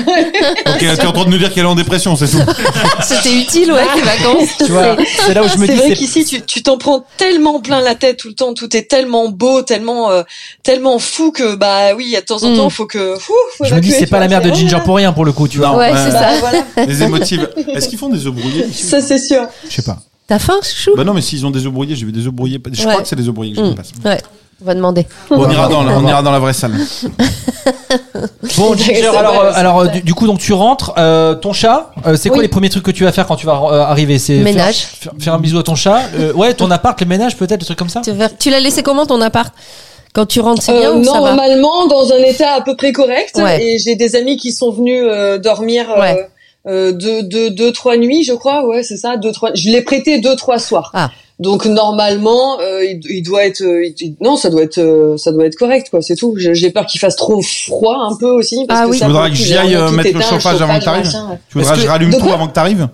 Ok, tu es en train de nous dire qu'elle est en dépression, c'est tout. C'était utile, ouais, les vacances. Tu vois, c'est là où je me C'est dis, vrai c'est- qu'ici, tu tu t'en prends tellement plein la tête tout le temps. Tout est tellement beau, tellement euh, tellement fou que bah oui, il y a de Mm. temps en temps, faut que. fou, faut Je me dis, évacuer, c'est tu pas vois, Bah, la mère de c'est- Ginger pour rien, pour le coup, tu vois. Ouais, c'est ça. Les émotives. Est-ce qu'ils font des œufs brouillés ici Ça c'est sûr. Je sais pas. T'as faim, chou Bah non, mais s'ils ont des œufs brouillés, j'ai vu des œufs brouillés. Je Ouais. crois que c'est des œufs brouillés que je me passe. Ouais, on va demander. Bon, on ira dans la, on ira dans la vraie salle. Bon, Ginger, alors, euh, c'est alors euh, du, du coup, donc tu rentres, euh, ton chat, euh, c'est quoi les premiers trucs que tu vas faire quand tu vas euh, arriver C'est faire- Ménage. Faire, faire un bisou à ton chat. euh, ouais, ton appart, le ménage peut-être, des trucs comme ça. Tu, vas- tu l'as laissé comment ton appart Quand tu rentres, c'est Euh, bien ou non, ça va normalement dans un état à peu près correct. Ouais. Et j'ai des amis qui sont venus euh, dormir euh, Ouais. euh, deux, deux, deux, trois nuits, je crois. Ouais, c'est ça. Deux, trois. Je l'ai prêté deux, trois soirs. Ah. Donc normalement, euh, il, il doit être euh, il- il- non, ça doit être euh, ça doit être correct quoi. C'est tout. J'ai j'ai peur qu'il fasse trop froid un peu aussi. Parce Ah que oui. ça, Tu voudras pour que coup, j'y aille vraiment euh, tout mettre le éteint, chauffage avant que t'arrives machin, ouais. Tu voudras que je rallume De tout quoi avant que t'arrives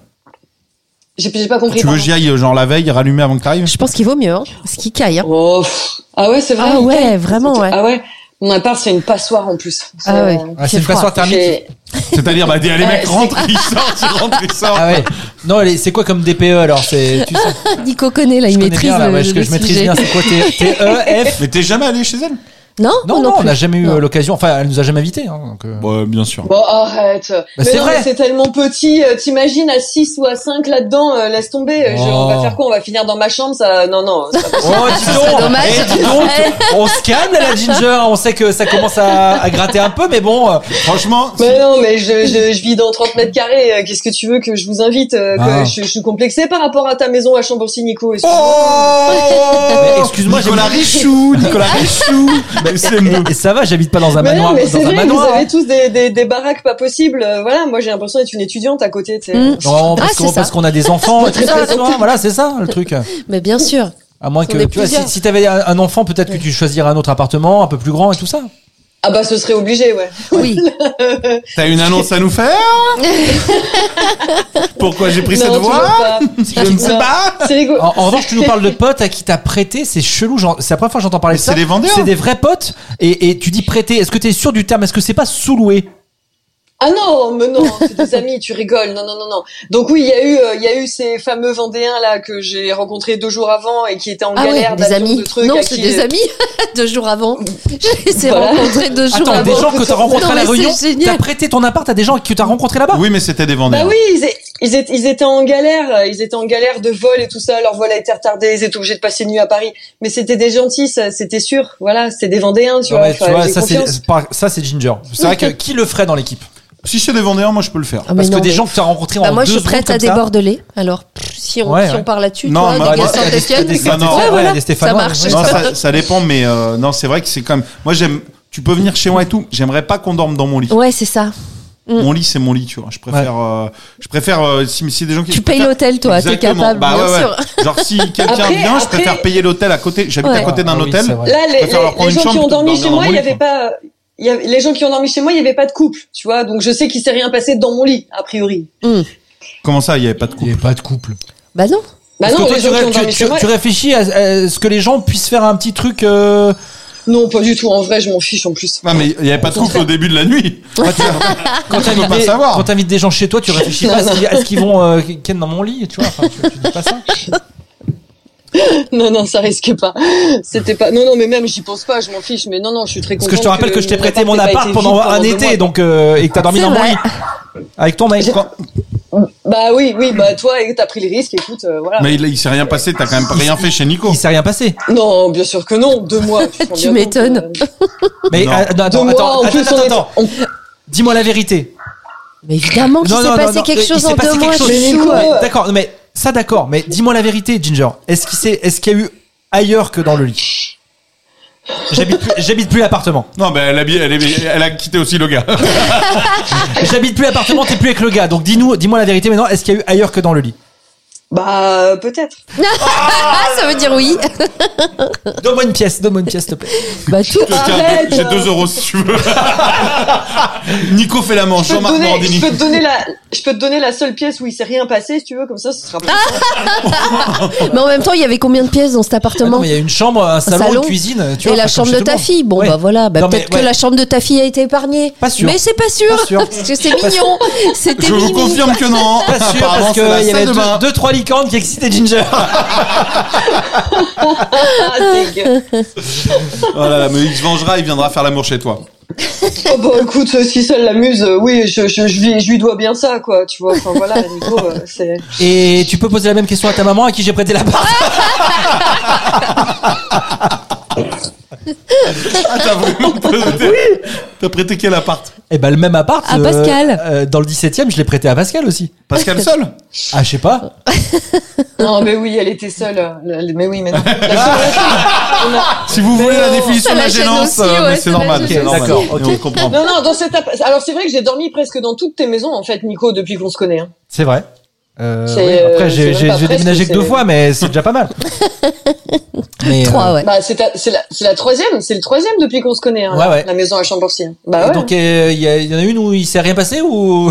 J'ai j'ai pas compris. Tu veux que pardon. j'y aille euh, genre la veille, rallumer avant que t'arrives Je pense qu'il vaut mieux, hein, parce qu'il caille. Hein. Oh, pff. ah ouais, c'est vrai. Ah il ouais, caille. vraiment, ouais. Ah ouais. Mon appart c'est une passoire en plus. euh, Ah ouais. Ah, c'est une passoire thermique. J'ai- C'est-à-dire, bah, les mecs Ouais, rentrent, ils sortent, ils rentrent, ils sortent. Ah ouais. Non, allez, c'est quoi comme DPE alors C'est tu sais, je Nico connaît là, Ah, il connais maîtrise bien, là, le, ouais, je, le je maîtrise sujet. bien. C'est quoi tes, tes E, F Mais t'es jamais allé chez elle Non, Non, non, on plus. n'a jamais eu Non. euh, l'occasion. Enfin, elle nous a jamais invités. Hein, donc, euh. Ouais, Bah, bien sûr. Bon, arrête. Bah, mais c'est non, vrai. mais c'est tellement petit. euh, T'imagines à 6 ou à 5 là-dedans, euh, laisse tomber. euh, je- Oh. on va faire quoi On va finir dans ma chambre ça Non, non. c'est pas possible. Oh, dis donc, dommage. eh, dis donc, on se calme là, la Ginger. On sait que ça commence à, à gratter un peu, mais bon, euh, franchement, mais non, mais je, je, je vis dans 30 mètres carrés. euh, Qu'est-ce que tu veux que je vous invite euh, que Ah. je, je suis complexée par rapport à ta maison à Chambourcy, Nico. Oh excuse-moi, j'ai- Nicolas Richou, Nicolas Richou. Mais- et- et ça va, j'habite pas dans un Mais non, manoir. mais dans c'est un vrai, vous manoir. avez tous des, des, des baraques pas possibles. euh, voilà, moi j'ai l'impression d'être une étudiante à côté. tu sais. Non, Ah, parce qu'on c'est ça. parce qu'on a des enfants et tout ça. tu vois, voilà, c'est ça le truc. Mais bien sûr. À moins On que est tu vois, si, plusieurs. si t'avais un un enfant, peut-être que tu choisirais un autre appartement, un peu plus grand et tout ça. Ah bah ce serait obligé, ouais. Oui. T'as une annonce à nous faire Pourquoi j'ai pris Non, cette toujours voie pas. Je ne sais Non, pas. C'est rigolo. En, en revanche, tu nous parles de potes à qui t'as prêté, c'est chelou. genre, C'est la première fois que j'entends parler Mais de ça. c'est des vendeurs. C'est des vrais potes. Et, et tu dis prêter. Est-ce que t'es sûr du terme Est-ce que c'est pas sous-loué Ah non, mais non, c'est des amis, tu rigoles. Non, non, non, non. Donc oui, il y a eu, euh, il y a eu ces fameux Vendéens là que j'ai rencontrés deux jours avant et qui étaient en Ah ouais, galère des d'avion, amis. de trucs. non, à c'est qui- des amis. deux jours avant. Je les ai Voilà. rencontrés deux jours Attends, avant. des gens que t'as rencontrés Non, à la mais réunion, c'est t'as génial. prêté ton appart à des gens que t'as rencontrés là-bas. Oui, mais c'était des Bah vendeurs. oui, ils, é- ils, étaient- ils étaient en galère, euh, ils étaient en galère de vol et tout ça. Leur vol a été retardé, ils étaient obligés de passer une nuit à Paris. Mais c'était des gentils, ça, c'était sûr. Voilà, c'était des Vendéens, tu Non, vois. mais tu Enfin, vois, j'ai ça confiance. c'est par- ça c'est Ginger. C'est vrai que qui le ferait dans l'équipe Si c'est des vendeurs, moi je peux le faire. Ah, mais Parce que non, des mais- gens que t'as rencontrés Bah, en moi, deux je suis secondes prête à comme des ça. bordelés. Alors, pff, si on, Ouais, si ouais. on parle là-dessus, Non, tu mais vois, des moi, gars il y a des- Saint-Etienne, il y a des ouais, Stéphanois, voilà, des ça Stéphanois, marche. ouais. Non, ça, ça dépend, mais euh, non, c'est vrai que c'est quand même. Moi, j'aime. Tu peux venir chez moi et tout. J'aimerais pas qu'on dorme dans mon lit. Ouais, c'est ça. Mon Mm. lit, c'est mon lit, tu vois. Je préfère. euh, je préfère. euh, si, si des gens qui. Tu je payes préfère- l'hôtel, toi, t'es Exactement. capable, Bah, bien ouais, ouais. sûr. Genre, si quelqu'un Après- vient, je après- préfère payer l'hôtel à côté. J'habite Ouais. à côté d'un Ah oui, hôtel. c'est vrai. Là, Je les, préfère leur les- prendre les une gens qui chambre ont que de dormi dormir chez dans moi, mon il n'y lit, avait quoi. pas, il y avait- les gens qui ont dormi chez moi, il n'y avait pas de couple, tu vois. Donc je sais qu'il s'est rien passé dans mon lit, a priori. Comment ça, il n'y avait pas de couple Il y a pas de couple. Bah non. Bah Parce non, que toi, les tu, gens qui ré- ont tu- dormi tu- chez moi. tu réfléchis à, à ce que les gens puissent faire un petit truc. euh, Non, pas du tout. En vrai, je m'en fiche en plus. Non, mais il n'y avait pas de couple au début de la nuit. Ah, Quand tu- quand Tu peux t'invites pas des- savoir. quand t'invites des gens chez toi, tu réfléchis pas à ce qu'ils- à ce qu'ils vont euh, ken dans mon lit, tu vois. Enfin, tu, tu dis pas ça. Non, non, ça risque pas. C'était pas. Non, non, mais même, j'y pense pas. Je m'en fiche. Mais non, non, je suis très Parce contente. que je te rappelle que, je t'ai mon prêté mon appart ait pas appart été pendant vide un deux été, mois. donc euh, et que t'as dormi C'est dans mon vrai. lit avec ton mec. Quand- Bah Bah oui, oui, bah Mm. toi, et t'as pris le risque, écoute, euh, voilà. Mais il, il s'est rien passé, t'as quand même rien fait chez Nico. Il s'est rien passé. Non, bien sûr que non, deux mois. Tu, sens bien euh, m'étonnes. Mais Non. ah, non, attends, Deux mois, attends, en attends, plus, attends, on est- attends. Dis-moi la vérité. Mais évidemment qu'il Non, s'est non, passé non, non, quelque il chose s'est en passé deux quelque mois. chose. je suis Mais sûre. Nico, D'accord, non, mais ça d'accord, mais dis-moi la vérité, Ginger. Est-ce qu'il s'est- est-ce qu'il y a eu ailleurs que dans le lit J'habite plus- J'habite plus l'appartement. Non, mais elle a, bi- elle est- elle a quitté aussi le gars. J'habite plus l'appartement, t'es plus avec le gars. Donc dis-nous, dis-moi la vérité maintenant. Est-ce qu'il y a eu ailleurs que dans le lit Bah euh, peut-être. ça veut dire oui. Donne-moi une pièce, donne-moi une pièce, s'il te plaît. Bah tout. Tiens, deux- J'ai 2 euros si tu veux. Nico fait la manche, Je peux, te Jean-Marc donner, je, Mordini. peux te donner la, je peux te donner la seule pièce où il s'est rien passé, si tu veux, comme ça, ce sera plus Mais en même temps, il y avait combien de pièces dans cet Ah appartement non, mais il y a une chambre, un salon, salon une cuisine. Tu et vois, enfin, la comme chambre chez de tout ta le monde. fille. Bon, Ouais. bah voilà. Bah, Non, mais, Peut-être ouais. que la chambre de ta fille a été épargnée. Pas sûr. Mais c'est pas sûr. Pas sûr. Parce que c'est Pas sûr. mignon. C'était Je mignon. vous confirme que non. Pas sûr, Apparemment, parce c'est la qu'il y salle avait de bain. deux, deux, trois licornes qui excitaient Ginger. Oh là là, mais il se vengera, il viendra faire l'amour chez toi. Oh bah écoute, euh, si ça l'amuse, euh, oui, je, je, je, lui, je lui dois bien ça, quoi, tu vois. Enfin voilà, Nico, euh, c'est... Et tu peux poser la même question à ta maman à qui j'ai prêté la part. Ah, t'as vraiment prêté. T'as prêté quel appart Eh ben le même appart. À euh, Pascal. euh, dans le 17ème, je l'ai prêté à Pascal aussi. Pascal seul Ah, je sais pas. Non mais oui, elle était seule. euh, la- Mais oui, mais non. La seule- Si vous voulez la non. définition Ça de la la gêne gênance, aussi, euh, ouais, mais c'est ça la normal. gêne c'est normal. aussi. D'accord, Et ok. On comprend. Non, non, dans cette app- Alors c'est vrai que j'ai dormi presque dans toutes tes maisons, en fait, Nico, depuis qu'on se connaît. hein. C'est vrai. Euh, C'est, oui, euh, Après, c'est j'ai j'ai- même pas j'ai presque, déménagé que deux c'est- fois, mais c'est déjà pas mal. Mais, euh, Trois, ouais. Bah c'est, ta- c'est, la... c'est la troisième, c'est le troisième depuis qu'on se connaît. hein, Ouais, ouais. La maison à Champorcy. Bah et ouais. Donc, euh, il y, a- il y en a une où il s'est rien passé ou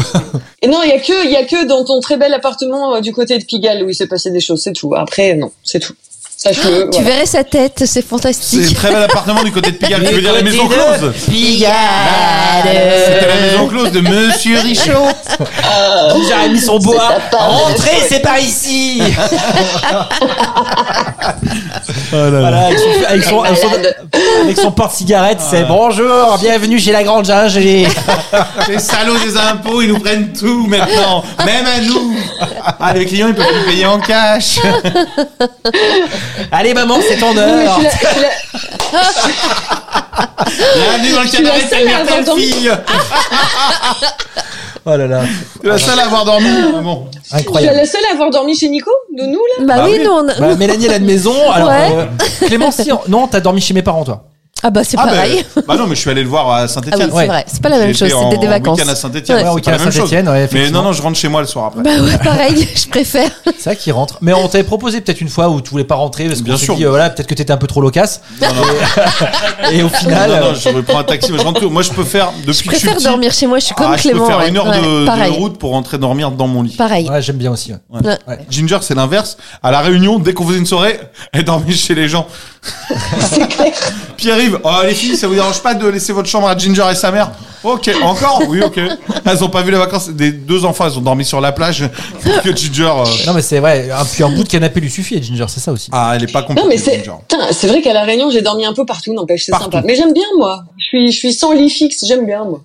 Et non, il y a que, il y a que dans ton très bel appartement euh, du côté de Pigalle où il s'est passé des choses, c'est tout. Après, non, c'est tout. Sache-le. Tu voilà. verrais sa tête, c'est fantastique. C'est un très bel appartement du côté de Pigalle. Tu veux dire la maison close Ah, C'était Euh. la maison close de Monsieur Richaud. J'aurais mis son boa. ta part de Rentrez, la c'est par ici. Voilà, avec son, avec son- avec son- avec son porte-cigarette, c'est bonjour, bienvenue chez la grande Ginge. et- Les salauds des impôts, ils nous prennent tout maintenant, même à nous. Ah, les clients, ils peuvent nous payer en cash. Allez maman, c'est ton Non, mais je heure. suis la- je suis la- Bienvenue dans le Je suis la cabaret de ta seule mère, à ta avoir dormi. fille. Oh là là, Tu es la seule à avoir dormi. Ah bon. Je suis incroyable. la seule à avoir dormi chez Nico, de nous là. Bah, Bah oui, oui. non. on a- Bah, Mélanie, elle a une maison. Alors, Ouais. euh, Clémence, si, non, t'as dormi chez mes parents, toi. Ah bah c'est Ah, pareil. bah, bah non, mais je suis allé le voir à Ah oui, Saint-Etienne. c'est vrai. C'est pas la même chose, c'était des vacances. week-end à Saint-Etienne. Ouais. c'est Ouais, pas Ah week-end la à même chose. Saint-Étienne, ouais, mais effectivement. non, non, je rentre chez moi le soir après. Bah ouais, pareil, je préfère. C'est vrai qu'il rentre. Mais on t'avait proposé peut-être une fois où tu voulais pas rentrer parce Bien qu'on s'est sûr. dit, euh, voilà, peut-être que t'étais un peu trop loquace. Non, non, Et au final, non, non, euh, je reprends un taxi, mais je rentre tout. Moi, je peux faire depuis Je que je suis préfère petit, dormir chez moi, je suis comme ah, je Clément. peux faire ouais. une heure Ouais, de- de, pareil. route pour rentrer dormir dans mon lit. Pareil. ouais, j'aime bien aussi. ouais. Ouais. Ouais. Ginger, c'est l'inverse. À la Réunion, dès qu'on faisait une soirée, elle dormait chez les gens. Pierre-Yves, oh les filles, ça vous dérange pas de laisser votre chambre à Ginger et sa mère Ok, encore Oui, ok. Elles ont pas vu les vacances. Des deux enfants, elles ont dormi sur la plage. Faut Que Ginger, euh, Non, mais c'est vrai. Un, puis un bout de canapé lui suffit, à Ginger, c'est ça aussi. ah, elle est pas compliquée. Non mais c'est, Ginger. Putain, c'est vrai qu'à la Réunion j'ai dormi un peu partout, n'empêche c'est Partout. sympa. Mais j'aime bien moi. Je suis, je suis sans lit fixe, j'aime bien moi.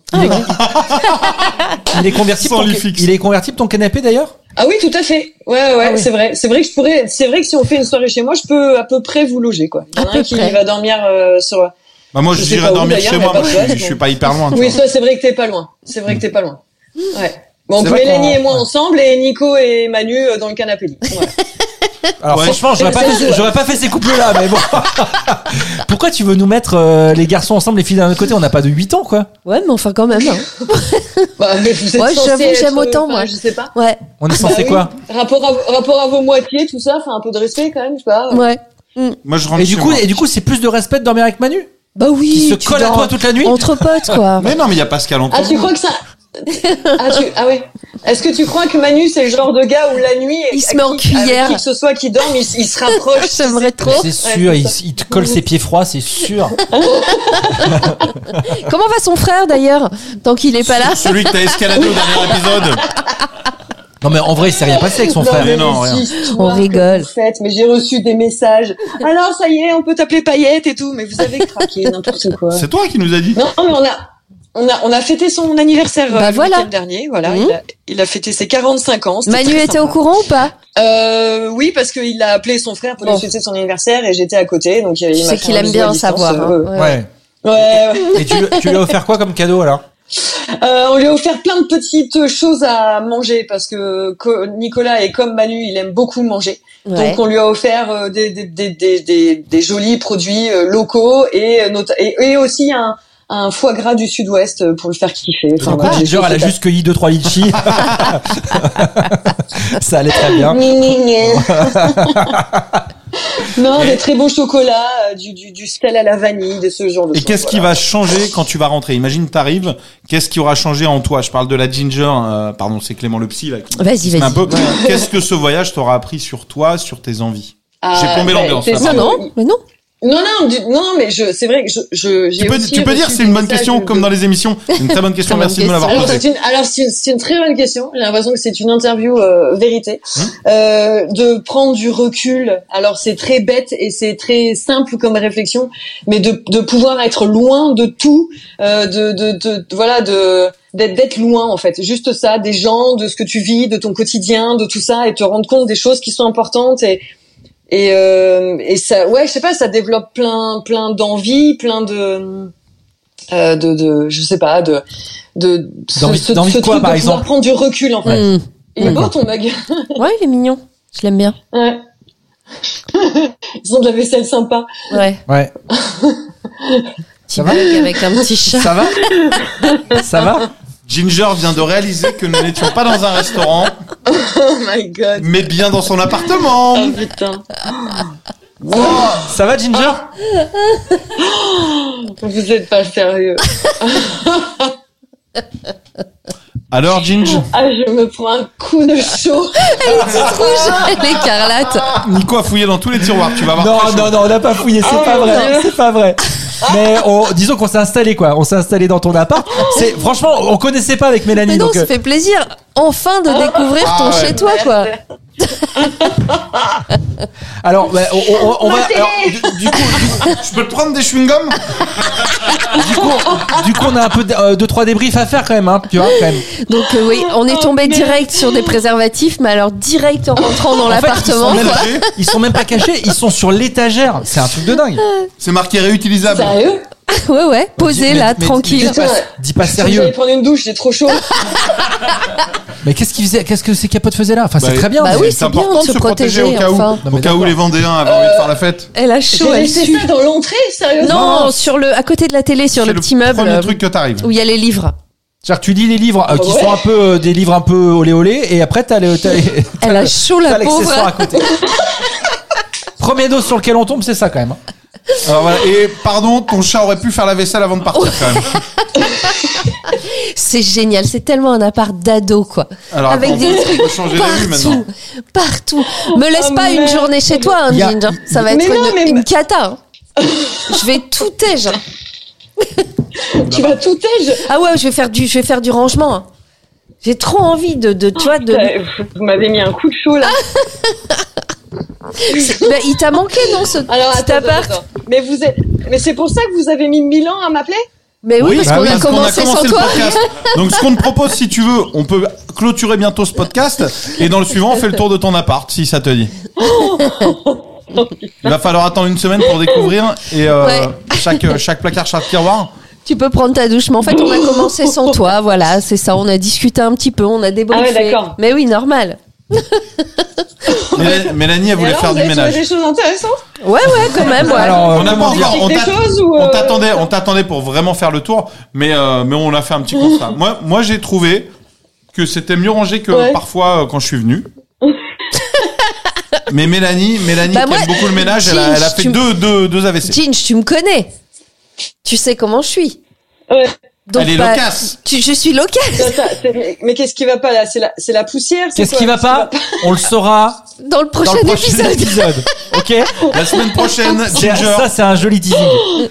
Il est convertible. Sans ton- lit fixe. Il est convertible ton canapé d'ailleurs Ah oui, tout à fait. Ouais, ouais, Ah oui. c'est vrai. C'est vrai que je pourrais. C'est vrai que si on fait une soirée chez moi, je peux à peu près vous loger quoi. Il y en À a peu un qui près. va dormir euh, sur. Bah, moi, je je sais dirais pas où, dormir d'ailleurs, chez mais moi. pas Moi, de je, place, suis- je suis pas hyper loin. tu Oui, vois. ça c'est vrai que t'es pas loin. C'est vrai que t'es pas loin. Ouais. Bon, C'est donc vrai qu'on- Mélanie et moi ensemble et Nico et Manu euh, dans le canapé lit. Ouais. Alors Ouais. franchement, j'aurais pas, fait, j'aurais pas fait ces couples-là, mais bon. Pourquoi tu veux nous mettre euh, les garçons ensemble, les filles d'un autre côté On n'a pas de 8 ans, quoi. Ouais, mais enfin quand même. hein. Bah, vous êtes Ouais, censés j'avoue, être, j'aime euh, autant, enfin, moi. Je sais pas. Ouais, On Ah est censé Bah oui. quoi rapport à, vos- rapport à vos moitiés, tout ça, enfin un peu de respect quand même, je sais pas. ouais. Moi, je rentre Et du chez coup, moi. et du coup, c'est plus de respect de dormir avec Manu Bah oui. Qui se tu colle à dors toi toute la nuit Entre potes, quoi. Mais non, mais il y a Pascal en Ah, tu crois que ça. Ah, tu... ah ouais. Est-ce que tu crois que Manu, c'est le genre de gars où la nuit. Il se met en avec qui- avec cuillère. Qui que ce soit qui dorme, il, s- il se rapproche. J'aimerais trop. C'est sûr, il, il te colle ses pieds froids, c'est sûr. Comment va son frère d'ailleurs Tant qu'il est pas là. Celui que t'as escaladé au dernier épisode. Non, mais en vrai, il s'est rien passé avec son Non, frère. mais non, les rien. histoires On que rigole. vous faites, mais j'ai reçu des messages. Alors, ça y est, on peut t'appeler paillette et tout, mais vous avez craqué, n'importe quoi. C'est toi qui nous as dit. Non, mais on a. On a, on a fêté son anniversaire euh, le Bah, voilà. week-end dernier. Voilà, Mhm. il, a, il a fêté ses 45 ans. c'était Manu très était sympa. au courant ou pas euh, Oui, parce qu'il a appelé son frère pour Bon. lui fêter son anniversaire et j'étais à côté. Donc, euh, Tu il m'a sais fait qu'il un aime bisou bien à en distance, savoir, hein. euh, Ouais. ouais, ouais. Et tu, lui- tu lui as offert quoi comme cadeau alors Euh, on lui a offert plein de petites choses à manger parce que co- Nicolas est comme Manu, il aime beaucoup manger. Ouais. Donc on lui a offert euh, des, des, des, des, des- des jolis produits euh, locaux et, euh, not- et, et aussi un, un foie gras du sud-ouest euh, pour le faire kiffer. Enfin, voilà, j'ai Ginger, fait elle a cet juste cueilli 2-3 litchis. ça allait très bien. Gna, gna, gna. non, des très beaux chocolats, euh, du, du, du sel à la vanille, de ce genre de Et choses, qu'est-ce qui voilà. va changer quand tu vas rentrer Imagine, t'arrives, qu'est-ce qui aura changé en toi Je parle de la Ginger, euh, pardon, c'est Clément le psy là. qui- Vas-y, qui se met vas-y. un peu. Qu'est-ce que ce voyage t'aura appris sur toi, sur tes envies Ah, J'ai plombé bah, l'ambiance. c'est là, ça, pardon. mais non. Non, non, du- non, non, mais je, c'est vrai que je, je j'ai Tu peux, aussi tu peux dire, reçu c'est une des bonne messages question, de- comme dans les Ah, émissions. C'est Une très bonne question, Très merci bonne de me l'avoir question. posée. Alors, c'est une, alors, c'est- c'est une très bonne question. J'ai l'impression que c'est une interview euh, vérité. Hein Euh, de prendre du recul. Alors c'est très bête et c'est très simple comme réflexion, mais de, de pouvoir être loin de tout, euh, de, de, de, de- voilà de d'être d'être loin en fait juste ça des gens de ce que tu vis de ton quotidien de tout ça et te rendre compte des choses qui sont importantes et et, euh, et ça ouais je sais pas ça développe plein plein d'envie plein de euh, de, de je sais pas de de ce, D'envie- ce- d'envie ce de quoi, truc par de pouvoir exemple prendre du recul en fait Mmh. il est beau D'accord. ton mug Ouais, il est mignon. Je l'aime bien. ouais ils ont de la vaisselle sympa Ouais. Ouais. Petit mug avec un petit chat. Ça va Ça va Ginger vient de réaliser que nous n'étions pas dans un restaurant, oh my god Mm. mais bien dans son appartement. oh putain Ça va, Ginger vous êtes pas sérieux Alors, Ginger ah je me prends un coup de chaud elle est petite rouge elle est carlate Nico a fouillé dans tous les tiroirs, tu vas voir. Non, non, non, on n'a pas fouillé, c'est Ah Oh pas mon vrai, Dieu. c'est pas vrai. Mais on- disons qu'on s'est installé quoi, on s'est installé dans ton appart. C'est franchement, on connaissait pas avec Mélanie. Mais non, donc, ça euh, fait plaisir enfin de découvrir Ah ton ouais. chez-toi, quoi. Alors, bah, on, on- on va. Ma télé alors, du, du coup, du- je peux te prendre des chewing gums du coup, du coup, on a un peu de- euh, deux trois débriefs à faire quand même, hein, tu vois quand même. Donc euh, oui, on est tombé direct sur des préservatifs, mais alors direct en rentrant dans En fait, l'appartement. ils, sont même- quoi. ils sont même pas cachés, ils sont sur l'étagère. C'est un truc de dingue. C'est marqué réutilisable. Sérieux ouais, ouais, posé Mais- là, mais- tranquille. mais dis, pas, dis pas j'allais sérieux. prendre une douche j'ai trop chaud Mais qu'est-ce qu'ils faisaient Qu'est-ce que ces capotes faisaient là Enfin, c'est Bah, très bien. bah mais- oui, c'est bien de se protéger, au cas où, enfin. Euh, Non, au mais cas où d'accord. les Vendéens avaient envie de faire la fête. Elle a j'ai chaud, elle laissé sue. ça dans l'entrée sérieux Non, sur le, à côté de la télé, sur C'est le le petit meuble premier euh, truc que t'arrives. où il y a les livres. C'est-à-dire que tu lis les livres euh, qui Ouais. sont un peu euh, des livres un peu olé olé et après t'as le t'as- t'as Elle a le- chaud, t'as la l'accessoire pauvre. à côté. Premier dos sur lequel on tombe, c'est ça quand même. hein. Alors voilà, et pardon, ton chat aurait pu faire la vaisselle avant de partir quand même. C'est génial, c'est tellement un appart d'ado, quoi. Alors, Avec attends, des on trucs peut changer la vue maintenant. partout, partout. Me laisse Oh, pas une merde. journée chez toi, hein, Y a- Ginger. Ça va être Mais non, une, mais- une cata. hein. Je vais tout tège. tu vas tout tège Ah ouais, je vais faire du, je vais faire du rangement. hein. J'ai trop envie de, de tu vois, de. Oh, vous m'avez mis un coup de chaud là C'est- bah, il t'a manqué non ce Alors, petit attends, attends, appart attends. Mais vous êtes, mais c'est pour ça que vous avez mis 1000 ans à m'appeler Mais oui, parce bah qu'on a, parce qu'on commencé sans le toi. podcast. Donc ce qu'on te propose, si tu veux, on peut clôturer bientôt ce podcast et dans le suivant, on fait le tour de ton appart, si ça te dit. Il va falloir attendre une semaine pour découvrir et euh, Ouais. chaque euh, chaque placard, chaque tiroir. Tu peux prendre ta douche, mais en fait on a commencé sans toi. Voilà, c'est ça. On a discuté un petit peu, on a débriefé. Ah ouais, d'accord. mais oui, normal. Méla- Mélanie, elle Et voulait alors, faire vous du avez trouvé ménage. des choses intéressantes Ouais, ouais, quand même. Ouais. Alors, euh, On a comment pas dire encore- on Des t'a- choses ou, euh, on t'attendait, on t'attendait pour vraiment faire le tour, mais euh, mais on a fait un petit constat. Moi, moi j'ai trouvé que c'était mieux rangé que Ouais. parfois euh, quand je suis venu. mais Mélanie, Mélanie Bah qui moi, aime beaucoup le ménage, elle a, elle a Ginge, fait tu- deux, deux, deux AVC. Ginge, tu me connais. Tu sais comment je suis. Ouais. Elle est bah, loquace. tu- je suis loquace Attends, c'est- mais mais qu'est-ce qui va pas là C'est la, c'est la poussière c'est Qu'est-ce quoi qui va pas On le saura dans le dans prochain le prochain épisode. épisode. Ok. La semaine prochaine, C'est- Ginger. Ça, c'est un joli teasing. Oh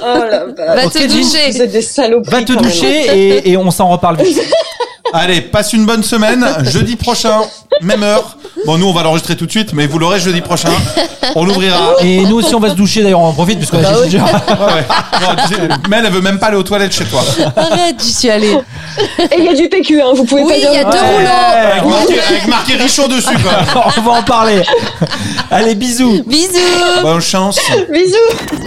la vache. Va Ok, te Ginge. doucher. Vous êtes des salauds. Va te doucher et, et on s'en reparle vite. Allez, passe une bonne semaine. Jeudi prochain, même heure. Bon, nous, on va l'enregistrer tout de suite, mais vous l'aurez jeudi prochain. On l'ouvrira. Et nous aussi, on va se doucher d'ailleurs, on en profite puisqu'on a déjà. Non, tu sais, Mel, elle veut même pas aller aux toilettes chez toi. Arrête, j'y suis allée. Et il y a du PQ, hein, vous pouvez oui, pas dire. il y a deux Ouais. Avec rouleaux. marqué, avec marqué Richon dessus, quoi. on va en parler. Allez, bisous. Bisous. Bonne chance. Bisous.